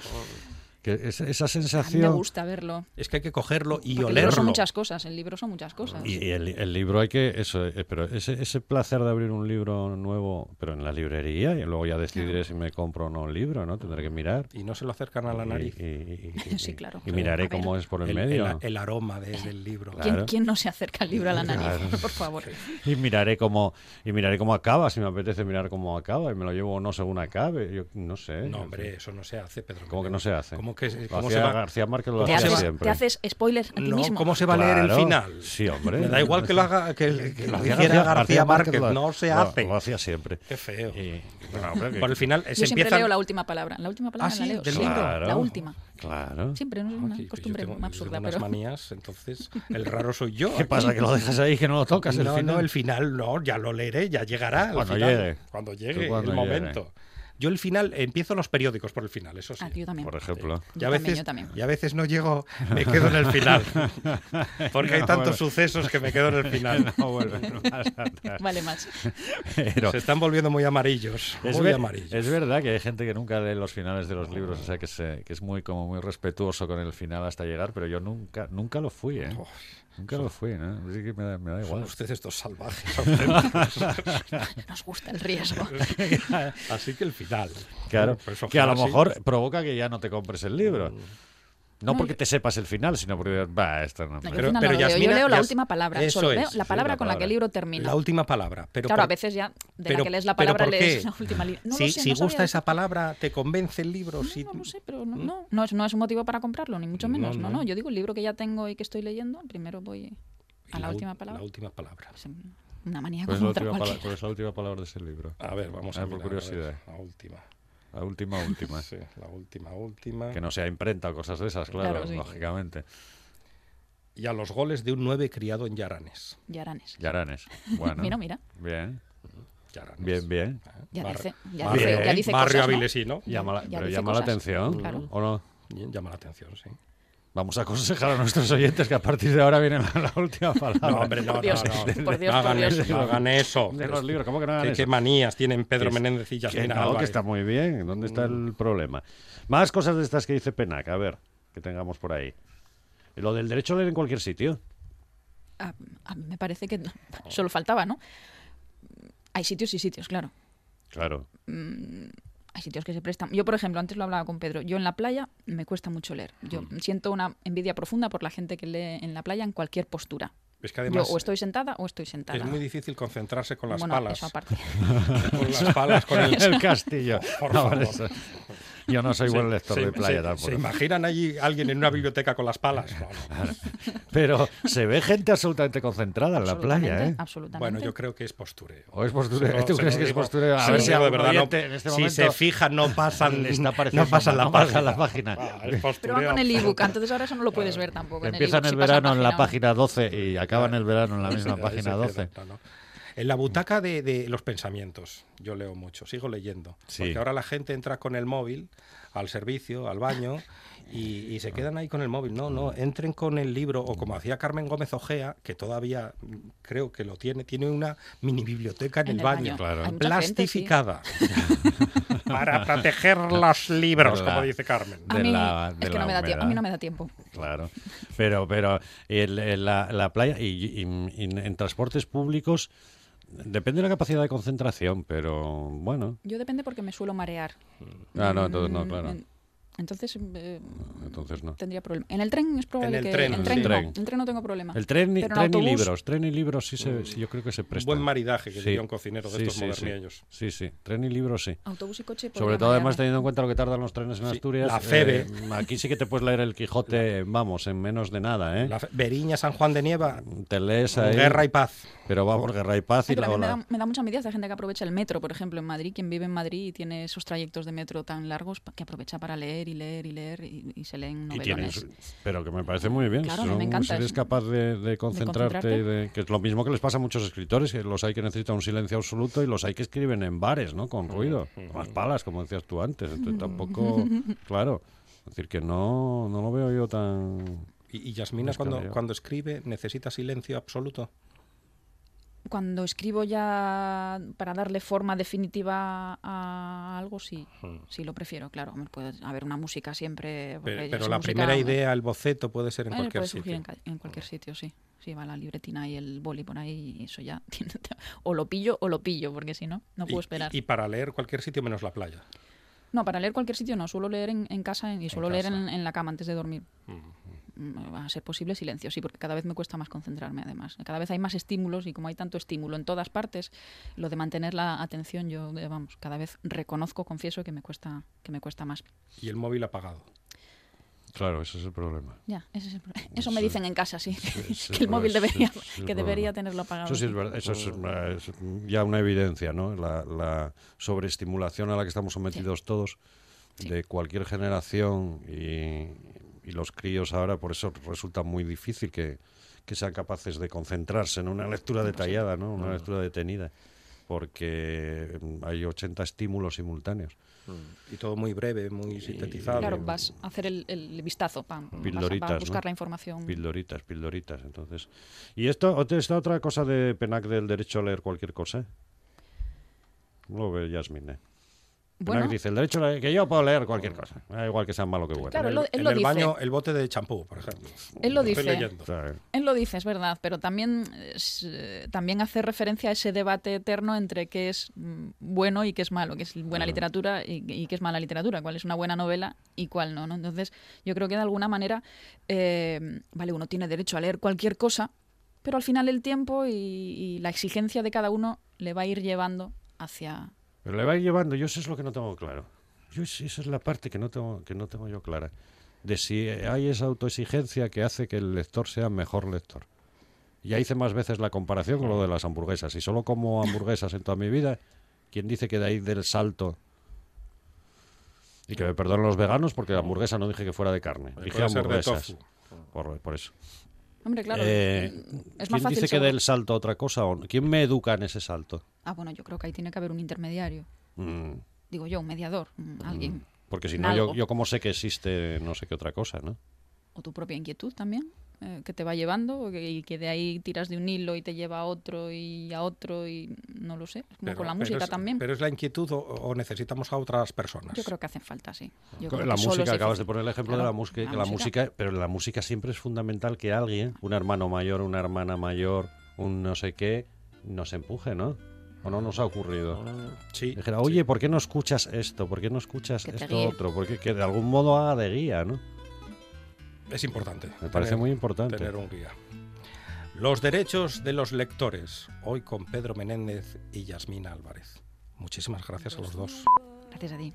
[SPEAKER 11] Que es- esa sensación.
[SPEAKER 10] Me gusta verlo.
[SPEAKER 1] Es que hay que cogerlo y
[SPEAKER 10] Porque el libro son
[SPEAKER 11] olerlo.
[SPEAKER 10] muchas cosas, el libro son muchas cosas.
[SPEAKER 11] Y, y el, el libro hay que, eso, eh, pero ese, ese placer de abrir un libro nuevo, pero en la librería, y luego ya decidiré si me compro o no un libro, ¿no? Tendré que mirar.
[SPEAKER 1] Y no se lo acercan a la
[SPEAKER 11] Y-
[SPEAKER 1] nariz.
[SPEAKER 11] Y, y- y-
[SPEAKER 10] Sí, claro.
[SPEAKER 11] y miraré
[SPEAKER 10] A ver.
[SPEAKER 11] cómo es por el,
[SPEAKER 1] El-
[SPEAKER 11] medio.
[SPEAKER 1] el- el aroma de- del libro.
[SPEAKER 10] ¿Quién,
[SPEAKER 11] Claro.
[SPEAKER 10] quién no se acerca al libro a la nariz?
[SPEAKER 11] Claro.
[SPEAKER 10] Por favor.
[SPEAKER 11] Y miraré cómo y miraré cómo acaba, si me apetece mirar cómo acaba, y me lo llevo o no según acabe. Yo no sé.
[SPEAKER 1] No, hombre, eso no se hace, Pedro.
[SPEAKER 11] ¿Cómo que no se hace?
[SPEAKER 1] ¿Cómo que-
[SPEAKER 11] Lo
[SPEAKER 1] cómo
[SPEAKER 11] hacía
[SPEAKER 1] se va-
[SPEAKER 11] García Márquez lo
[SPEAKER 1] ¿Cómo
[SPEAKER 10] Te
[SPEAKER 1] se
[SPEAKER 11] hacía
[SPEAKER 1] va-
[SPEAKER 10] haces,
[SPEAKER 11] siempre.
[SPEAKER 10] te haces spoilers a ti
[SPEAKER 1] No,
[SPEAKER 10] mismo.
[SPEAKER 1] ¿cómo se va a leer el
[SPEAKER 11] Claro.
[SPEAKER 1] final?
[SPEAKER 11] Sí, hombre.
[SPEAKER 1] Me da igual que lo haga que, el- que lo
[SPEAKER 11] García-
[SPEAKER 1] dijera García, Márquez,
[SPEAKER 11] lo-
[SPEAKER 1] no se
[SPEAKER 11] lo-
[SPEAKER 1] hace.
[SPEAKER 11] Lo hacía siempre.
[SPEAKER 1] Qué feo.
[SPEAKER 11] Y- bueno, hombre, que-
[SPEAKER 1] Por el final eh, se
[SPEAKER 10] Yo siempre
[SPEAKER 1] empiezan
[SPEAKER 10] leo la última palabra. La última palabra
[SPEAKER 1] Ah,
[SPEAKER 10] la
[SPEAKER 1] sí,
[SPEAKER 10] leo.
[SPEAKER 1] del
[SPEAKER 10] siempre,
[SPEAKER 11] libro.
[SPEAKER 10] La última.
[SPEAKER 11] Claro.
[SPEAKER 10] Siempre, no es una
[SPEAKER 1] Ay, pues yo
[SPEAKER 10] costumbre
[SPEAKER 1] tengo-
[SPEAKER 10] más
[SPEAKER 1] yo
[SPEAKER 10] absurda,
[SPEAKER 1] tengo unas
[SPEAKER 10] pero.
[SPEAKER 1] manías, entonces el raro soy yo.
[SPEAKER 11] ¿Qué pasa? ¿Que lo dejas ahí, que no lo tocas? el
[SPEAKER 1] no,
[SPEAKER 11] final?
[SPEAKER 1] no, el final no, ya lo leeré, ya llegará. al
[SPEAKER 11] Cuando
[SPEAKER 1] final,
[SPEAKER 11] llegue.
[SPEAKER 1] Cuando
[SPEAKER 11] Tú
[SPEAKER 1] llegue,
[SPEAKER 11] cuando
[SPEAKER 1] el
[SPEAKER 11] llegue.
[SPEAKER 1] momento. Yo el final, empiezo los periódicos por el final, eso sí.
[SPEAKER 10] Ah, yo también.
[SPEAKER 11] Por ejemplo.
[SPEAKER 1] Y a,
[SPEAKER 10] Yo también,
[SPEAKER 1] veces,
[SPEAKER 10] yo también.
[SPEAKER 1] y a veces no llego, me quedo en el final. Porque hay
[SPEAKER 11] No,
[SPEAKER 1] tantos
[SPEAKER 11] bueno.
[SPEAKER 1] sucesos que me quedo en el final.
[SPEAKER 11] No vuelve más atrás.
[SPEAKER 10] Vale, más.
[SPEAKER 11] Pero
[SPEAKER 1] Se están volviendo muy amarillos.
[SPEAKER 11] es,
[SPEAKER 1] muy
[SPEAKER 11] ver-
[SPEAKER 1] amarillos.
[SPEAKER 11] es verdad que hay gente que nunca lee los finales de los libros, o sea que, se- que es muy como muy respetuoso con el final hasta llegar, pero yo nunca nunca lo fui, ¿eh? Nunca lo fui, ¿no? Así que me da, me da
[SPEAKER 1] Son
[SPEAKER 11] igual.
[SPEAKER 1] ustedes dos salvajes. auténticos.
[SPEAKER 10] Nos gusta el riesgo.
[SPEAKER 1] Así que el final.
[SPEAKER 11] Claro,
[SPEAKER 1] Pues ojalá
[SPEAKER 11] que a lo
[SPEAKER 1] sí.
[SPEAKER 11] mejor provoca que ya no te compres el libro. No porque te sepas el final, sino porque va, esta no. me-
[SPEAKER 10] No, yo
[SPEAKER 1] Pero-
[SPEAKER 10] al
[SPEAKER 1] pero
[SPEAKER 10] final no lo leo.
[SPEAKER 1] Yasmina-
[SPEAKER 10] yo leo la
[SPEAKER 1] Yas-
[SPEAKER 10] última palabra.
[SPEAKER 1] Eso
[SPEAKER 10] solo
[SPEAKER 1] es,
[SPEAKER 10] veo
[SPEAKER 1] sí,
[SPEAKER 10] la
[SPEAKER 11] la
[SPEAKER 10] palabra con la que
[SPEAKER 11] palabra.
[SPEAKER 10] el libro termina.
[SPEAKER 1] La última palabra. Pero
[SPEAKER 10] claro, a
[SPEAKER 1] por-
[SPEAKER 10] veces ya de
[SPEAKER 1] pero-
[SPEAKER 10] la que lees la
[SPEAKER 1] pero
[SPEAKER 10] palabra
[SPEAKER 1] ¿por
[SPEAKER 10] lees
[SPEAKER 1] qué?
[SPEAKER 10] la última línea. No
[SPEAKER 1] si
[SPEAKER 10] lo sé,
[SPEAKER 1] si
[SPEAKER 10] no sabía
[SPEAKER 1] gusta esa
[SPEAKER 10] decirte.
[SPEAKER 1] palabra, ¿te convence el libro? si...
[SPEAKER 10] No, no sé, pero no, no, no es, no es un motivo para comprarlo, ni mucho
[SPEAKER 1] No,
[SPEAKER 10] menos. No,
[SPEAKER 1] no.
[SPEAKER 10] no, yo digo el libro que ya tengo y que estoy leyendo, primero voy
[SPEAKER 1] Y
[SPEAKER 10] a la,
[SPEAKER 1] ul-
[SPEAKER 10] última palabra.
[SPEAKER 1] La última palabra.
[SPEAKER 10] Es Una manía
[SPEAKER 11] ¿Cuál Pues es, la
[SPEAKER 10] como otra
[SPEAKER 11] última pala-
[SPEAKER 10] cualquiera.
[SPEAKER 11] cuál es la última palabra de ese libro?
[SPEAKER 1] A ver, vamos a,
[SPEAKER 11] Ah,
[SPEAKER 1] mirar,
[SPEAKER 11] por
[SPEAKER 1] a ver,
[SPEAKER 11] curiosidad.
[SPEAKER 1] La última.
[SPEAKER 11] La última, última.
[SPEAKER 1] Sí, la última, última.
[SPEAKER 11] Que no sea imprenta o cosas de esas, claro,
[SPEAKER 10] Claro, sí.
[SPEAKER 11] lógicamente.
[SPEAKER 1] Y a los goles de un 9 criado en Yaranes.
[SPEAKER 10] Yaranes.
[SPEAKER 11] Yaranes. Bueno.
[SPEAKER 10] Mira, mira.
[SPEAKER 11] Bien,
[SPEAKER 1] Yaranes.
[SPEAKER 11] bien, bien.
[SPEAKER 10] Ya
[SPEAKER 1] Barrio-
[SPEAKER 10] dice, ya
[SPEAKER 11] barrio-
[SPEAKER 10] dice, ya dice
[SPEAKER 1] Barrio
[SPEAKER 10] cosas, ¿no?
[SPEAKER 1] Avilesino.
[SPEAKER 11] Llama la-
[SPEAKER 10] Ya
[SPEAKER 11] pero
[SPEAKER 10] dice
[SPEAKER 11] llama la
[SPEAKER 10] cosas,
[SPEAKER 11] atención,
[SPEAKER 10] claro.
[SPEAKER 11] ¿o no?
[SPEAKER 1] Llama la atención, sí.
[SPEAKER 11] Vamos a aconsejar a nuestros oyentes que a partir de ahora viene la, la última palabra.
[SPEAKER 1] No, hombre, no,
[SPEAKER 10] Por Dios,
[SPEAKER 1] no, no.
[SPEAKER 10] por Dios,
[SPEAKER 1] no hagan
[SPEAKER 10] por Dios.
[SPEAKER 1] eso, no hagan eso.
[SPEAKER 11] De los libros, ¿cómo que no hagan
[SPEAKER 1] ¿Qué,
[SPEAKER 11] Ah, eso?
[SPEAKER 1] qué manías tienen Pedro
[SPEAKER 11] Que-
[SPEAKER 1] Menéndez y
[SPEAKER 11] Que
[SPEAKER 1] Yasmina
[SPEAKER 11] no, que
[SPEAKER 1] Álvarez?
[SPEAKER 11] está muy bien. ¿Dónde está
[SPEAKER 10] Mm.
[SPEAKER 11] el problema? Más cosas de estas que dice Penac, a ver, que tengamos por ahí. Lo del derecho a leer en cualquier sitio.
[SPEAKER 10] A, a mí me parece que no, solo faltaba, ¿no? Hay sitios y sitios, claro. Mm,
[SPEAKER 11] Claro.
[SPEAKER 10] Hay sitios que se prestan. Yo, por ejemplo, antes lo hablaba con Pedro, yo en la playa me cuesta mucho leer. Yo
[SPEAKER 11] Hmm.
[SPEAKER 10] siento una envidia profunda por la gente que lee en la playa en cualquier postura.
[SPEAKER 1] Es que además
[SPEAKER 10] yo o estoy sentada o estoy sentada.
[SPEAKER 1] es muy difícil concentrarse con las
[SPEAKER 10] bueno,
[SPEAKER 1] palas.
[SPEAKER 10] eso aparte.
[SPEAKER 1] Con las palas, con el...
[SPEAKER 11] el castillo.
[SPEAKER 1] Por
[SPEAKER 11] No,
[SPEAKER 1] favor.
[SPEAKER 11] eso. Yo no soy buen lector
[SPEAKER 1] se-
[SPEAKER 11] de playa
[SPEAKER 1] se-
[SPEAKER 11] tampoco.
[SPEAKER 1] ¿Se imaginan allí alguien en una biblioteca con las palas? No, no.
[SPEAKER 11] Pero se ve gente absolutamente concentrada en la playa, ¿eh?
[SPEAKER 10] Absolutamente, Absolutamente.
[SPEAKER 1] Bueno, yo creo que es postureo.
[SPEAKER 11] ¿O es
[SPEAKER 1] Se
[SPEAKER 11] postureo?
[SPEAKER 1] lo-
[SPEAKER 11] ¿Tú
[SPEAKER 1] se
[SPEAKER 11] crees
[SPEAKER 1] lo
[SPEAKER 11] que es
[SPEAKER 1] digo.
[SPEAKER 11] postureo?
[SPEAKER 1] Se lo digo de verdad, no-
[SPEAKER 11] en este
[SPEAKER 1] si
[SPEAKER 11] momento
[SPEAKER 1] se fija, no pasan,
[SPEAKER 11] le está
[SPEAKER 1] no
[SPEAKER 11] pareciendo
[SPEAKER 1] pasan la
[SPEAKER 11] mal, no
[SPEAKER 1] página.
[SPEAKER 11] pasa la página.
[SPEAKER 1] Ah, es postureo.
[SPEAKER 10] Pero van con el ebook, entonces ahora eso no lo puedes ver tampoco. en el
[SPEAKER 11] Empiezan
[SPEAKER 10] ebook,
[SPEAKER 11] el
[SPEAKER 10] si pasa
[SPEAKER 11] verano en la
[SPEAKER 10] página,
[SPEAKER 11] página 12 y acaban el verano en la misma
[SPEAKER 1] Ahí se
[SPEAKER 11] página
[SPEAKER 1] queda,
[SPEAKER 11] 12.
[SPEAKER 1] no, no. En la butaca de, de los pensamientos, yo leo mucho, sigo leyendo.
[SPEAKER 11] Sí.
[SPEAKER 1] Porque ahora la gente entra con el móvil al servicio, al baño, y,
[SPEAKER 11] Ah.
[SPEAKER 1] y se quedan ahí con el móvil. No, no, entren con el libro, o como hacía Carmen Gómez Ojea, que todavía mm, creo que lo tiene, tiene una mini biblioteca en, el, baño,
[SPEAKER 11] Claro.
[SPEAKER 10] Hay mucha
[SPEAKER 1] plastificada. Para proteger los libros,
[SPEAKER 11] Verdad.
[SPEAKER 1] como dice Carmen.
[SPEAKER 10] gente, sí. A
[SPEAKER 11] de
[SPEAKER 10] mí,
[SPEAKER 11] la- de
[SPEAKER 10] es que
[SPEAKER 11] la
[SPEAKER 10] no me da tiempo, a mí
[SPEAKER 11] humedad.
[SPEAKER 10] no me da tiempo.
[SPEAKER 11] Claro, pero, pero este, el- el- la, la playa y, y- y en transportes públicos depende de la capacidad de concentración, pero bueno.
[SPEAKER 10] Yo depende pues, porque me suelo marear.
[SPEAKER 11] Ah, no, entonces no,
[SPEAKER 10] Mm,
[SPEAKER 11] claro.
[SPEAKER 10] en- Entonces eh,
[SPEAKER 11] Entonces no.
[SPEAKER 10] tendría problema. En el tren es probable
[SPEAKER 1] el
[SPEAKER 10] que.
[SPEAKER 1] tren,
[SPEAKER 10] en
[SPEAKER 1] sí.
[SPEAKER 10] tren, no,
[SPEAKER 11] Tren.
[SPEAKER 10] en tren no tengo problema.
[SPEAKER 11] El tren, y-
[SPEAKER 10] Pero en
[SPEAKER 11] tren y
[SPEAKER 10] autobús, Mm.
[SPEAKER 11] libros, tren y libros sí, se, sí, yo creo que se prestan.
[SPEAKER 1] buen maridaje que diría un cocinero de estos modernillos.
[SPEAKER 11] Sí. sí, tren y libros sí.
[SPEAKER 10] Autobús y coche.
[SPEAKER 11] Sobre
[SPEAKER 10] podría
[SPEAKER 11] todo además
[SPEAKER 10] marearme.
[SPEAKER 11] teniendo en cuenta lo que tardan los trenes en
[SPEAKER 1] Sí,
[SPEAKER 11] Asturias.
[SPEAKER 1] la Febe.
[SPEAKER 11] eh, aquí sí que te puedes leer el Quijote, vamos, en menos de nada, ¿eh?
[SPEAKER 1] La fe- Beriña San Juan de Nieva,
[SPEAKER 11] Te lees ahí.
[SPEAKER 1] Guerra y Paz.
[SPEAKER 11] Pero vamos, guerra y paz
[SPEAKER 10] Ay,
[SPEAKER 11] y
[SPEAKER 10] pero
[SPEAKER 11] la
[SPEAKER 10] a mí me
[SPEAKER 11] ola.
[SPEAKER 10] da, me da mucha envidia esta gente que aprovecha el metro, por ejemplo, en Madrid. Quien vive en Madrid y tiene esos trayectos de metro tan largos, pa- que aprovecha para leer leer y leer y leer y, y se leen
[SPEAKER 1] Y tienes-
[SPEAKER 10] novelones.
[SPEAKER 1] pero que me parece muy bien.
[SPEAKER 10] Claro,
[SPEAKER 1] si
[SPEAKER 10] no, me
[SPEAKER 1] son-
[SPEAKER 10] encanta,
[SPEAKER 1] si eres
[SPEAKER 10] es-
[SPEAKER 1] capaz de, de concentrarte,
[SPEAKER 10] concentrarte.
[SPEAKER 1] y de- que es lo mismo que les pasa a muchos escritores, que los hay que necesitan un silencio absoluto y los hay que escriben en bares, ¿no? Con ruido, más palas, como decías tú antes. Entonces tampoco, claro, es decir que no, no lo veo yo tan.
[SPEAKER 7] Y, y Yasmina, cuando,
[SPEAKER 1] descabellado.
[SPEAKER 7] cuando escribe, necesita silencio absoluto.
[SPEAKER 10] Cuando escribo ya para darle forma definitiva a algo, sí, sí lo prefiero, claro. Hombre, Puede haber una música siempre. porque
[SPEAKER 7] Pero,
[SPEAKER 10] yo
[SPEAKER 7] pero
[SPEAKER 10] soy
[SPEAKER 7] la
[SPEAKER 10] música-
[SPEAKER 7] primera idea, el boceto, puede ser en
[SPEAKER 10] Bueno,
[SPEAKER 7] cualquier
[SPEAKER 10] puede surgir
[SPEAKER 7] sitio.
[SPEAKER 10] en, ca- en cualquier sitio, sí. Sí, va la libretina y el boli por ahí y eso ya. tiene- o lo pillo o lo pillo, porque si no, no puedo
[SPEAKER 7] Y-
[SPEAKER 10] esperar.
[SPEAKER 7] Y, y para leer cualquier sitio menos la playa.
[SPEAKER 10] No, para leer cualquier sitio no, suelo leer en, en casa y suelo leer en, en la cama antes de dormir. Mm, A ser posible silencio, sí, porque cada vez me cuesta más concentrarme además. Cada vez hay más estímulos y como hay tanto estímulo en todas partes, lo de mantener la atención yo, eh, vamos, cada vez reconozco, confieso que me cuesta, que me cuesta más.
[SPEAKER 7] Y el móvil apagado.
[SPEAKER 1] Claro, ese es el problema.
[SPEAKER 10] Ya, ese es el pro- Eso me
[SPEAKER 1] Sí.
[SPEAKER 10] dicen en casa, sí,
[SPEAKER 1] Ese
[SPEAKER 10] que el móvil
[SPEAKER 1] es-
[SPEAKER 10] debería,
[SPEAKER 1] ese es el
[SPEAKER 10] que
[SPEAKER 1] problema.
[SPEAKER 10] debería tenerlo apagado.
[SPEAKER 1] Eso sí es verdad, eso es, eh, es ya una evidencia, ¿no? La, la sobreestimulación a la que estamos sometidos todos de cualquier generación y, y los críos ahora, por eso resulta muy difícil que, que sean capaces de concentrarse en una lectura detallada, ¿no? Una lectura detenida, porque mm, hay 80 estímulos simultáneos.
[SPEAKER 7] Mm. Y todo muy breve, muy sintetizado.
[SPEAKER 10] Claro, vas a hacer el, el vistazo, pam, vas a-
[SPEAKER 1] Pildoritas,
[SPEAKER 10] vas a buscar
[SPEAKER 1] ¿no?
[SPEAKER 10] la información.
[SPEAKER 1] Pildoritas, pildoritas, entonces. ¿Y esto, ot- esta otra cosa de Penac del derecho a leer cualquier cosa? ¿eh? Lo ve Yasmine. Penac
[SPEAKER 10] Bueno.
[SPEAKER 1] dice, el derecho a leer, que yo puedo leer cualquier cosa, me da igual que sea malo que bueno.
[SPEAKER 10] Claro,
[SPEAKER 7] en
[SPEAKER 10] él lo-
[SPEAKER 7] el,
[SPEAKER 10] él
[SPEAKER 7] en
[SPEAKER 10] lo
[SPEAKER 7] el
[SPEAKER 10] dice.
[SPEAKER 7] baño, el bote de champú, por ejemplo.
[SPEAKER 10] Él lo
[SPEAKER 7] Estoy
[SPEAKER 10] dice.
[SPEAKER 7] leyendo.
[SPEAKER 10] Él lo dice, es verdad, pero también, es, eh, también hace referencia a ese debate eterno entre qué es mm, bueno y qué es malo, qué es buena
[SPEAKER 13] Ah.
[SPEAKER 10] literatura y, y qué es mala literatura, cuál es una buena novela y cuál no. ¿no? Entonces, yo creo que de alguna manera, eh, vale, uno tiene derecho a leer cualquier cosa, pero al final el tiempo y, y la exigencia de cada uno le va a ir llevando hacia...
[SPEAKER 1] Pero le va llevando, yo eso es lo que no tengo claro. Yo es- esa es la parte que no tengo, que no tengo yo clara. De si eh, hay esa autoexigencia que hace que el lector sea mejor lector. Ya hice más veces la comparación con lo de las hamburguesas. Y solo como hamburguesas en toda mi vida, ¿quién dice que de ahí del salto? Y que me perdonen los veganos porque la hamburguesa no dije que fuera de carne. Dije
[SPEAKER 7] puede ser de
[SPEAKER 1] hamburguesas.
[SPEAKER 7] tofu.
[SPEAKER 1] Por, por eso.
[SPEAKER 10] Hombre, claro,
[SPEAKER 1] Eh,
[SPEAKER 10] es
[SPEAKER 1] ¿Quién
[SPEAKER 10] más fácil...
[SPEAKER 1] dice que
[SPEAKER 10] seguro.
[SPEAKER 1] dé el salto a otra cosa? o no? ¿Quién me educa en ese salto?
[SPEAKER 10] Ah, bueno, yo creo que ahí tiene que haber un intermediario,
[SPEAKER 1] Mm.
[SPEAKER 10] digo yo, un mediador, mm, alguien.
[SPEAKER 1] Porque si no, yo,
[SPEAKER 10] Algo.
[SPEAKER 1] yo como sé que existe no sé qué otra cosa, ¿no?
[SPEAKER 10] o tu propia inquietud también, eh, que te va llevando o que- y que de ahí tiras de un hilo y te lleva a otro y a otro y no lo sé, es como
[SPEAKER 7] Pero-
[SPEAKER 10] con la
[SPEAKER 7] pero
[SPEAKER 10] música
[SPEAKER 7] es-
[SPEAKER 10] también.
[SPEAKER 7] Pero es la inquietud o, o necesitamos a otras personas.
[SPEAKER 10] Yo creo que hacen falta, sí. Yo creo
[SPEAKER 1] la
[SPEAKER 10] que solo
[SPEAKER 1] música,
[SPEAKER 10] es
[SPEAKER 1] acabas de
[SPEAKER 10] difícil.
[SPEAKER 1] poner el ejemplo de
[SPEAKER 10] Claro,
[SPEAKER 1] la música, que la música, pero en la música siempre es fundamental que alguien, un hermano mayor, una hermana mayor, un no sé qué, nos empuje, ¿no? O no nos ha ocurrido. Dijera, oye, ¿por qué no escuchas esto? ¿Por qué no escuchas
[SPEAKER 7] te
[SPEAKER 1] esto
[SPEAKER 7] guíe.
[SPEAKER 1] otro? Porque que de algún modo haga de guía, ¿no?
[SPEAKER 7] Es importante.
[SPEAKER 1] Me parece muy importante.
[SPEAKER 7] Tener un guía. Los derechos de los lectores. Hoy con Pedro Menéndez y Yasmina Álvarez. Muchísimas gracias a los dos.
[SPEAKER 10] Gracias a ti.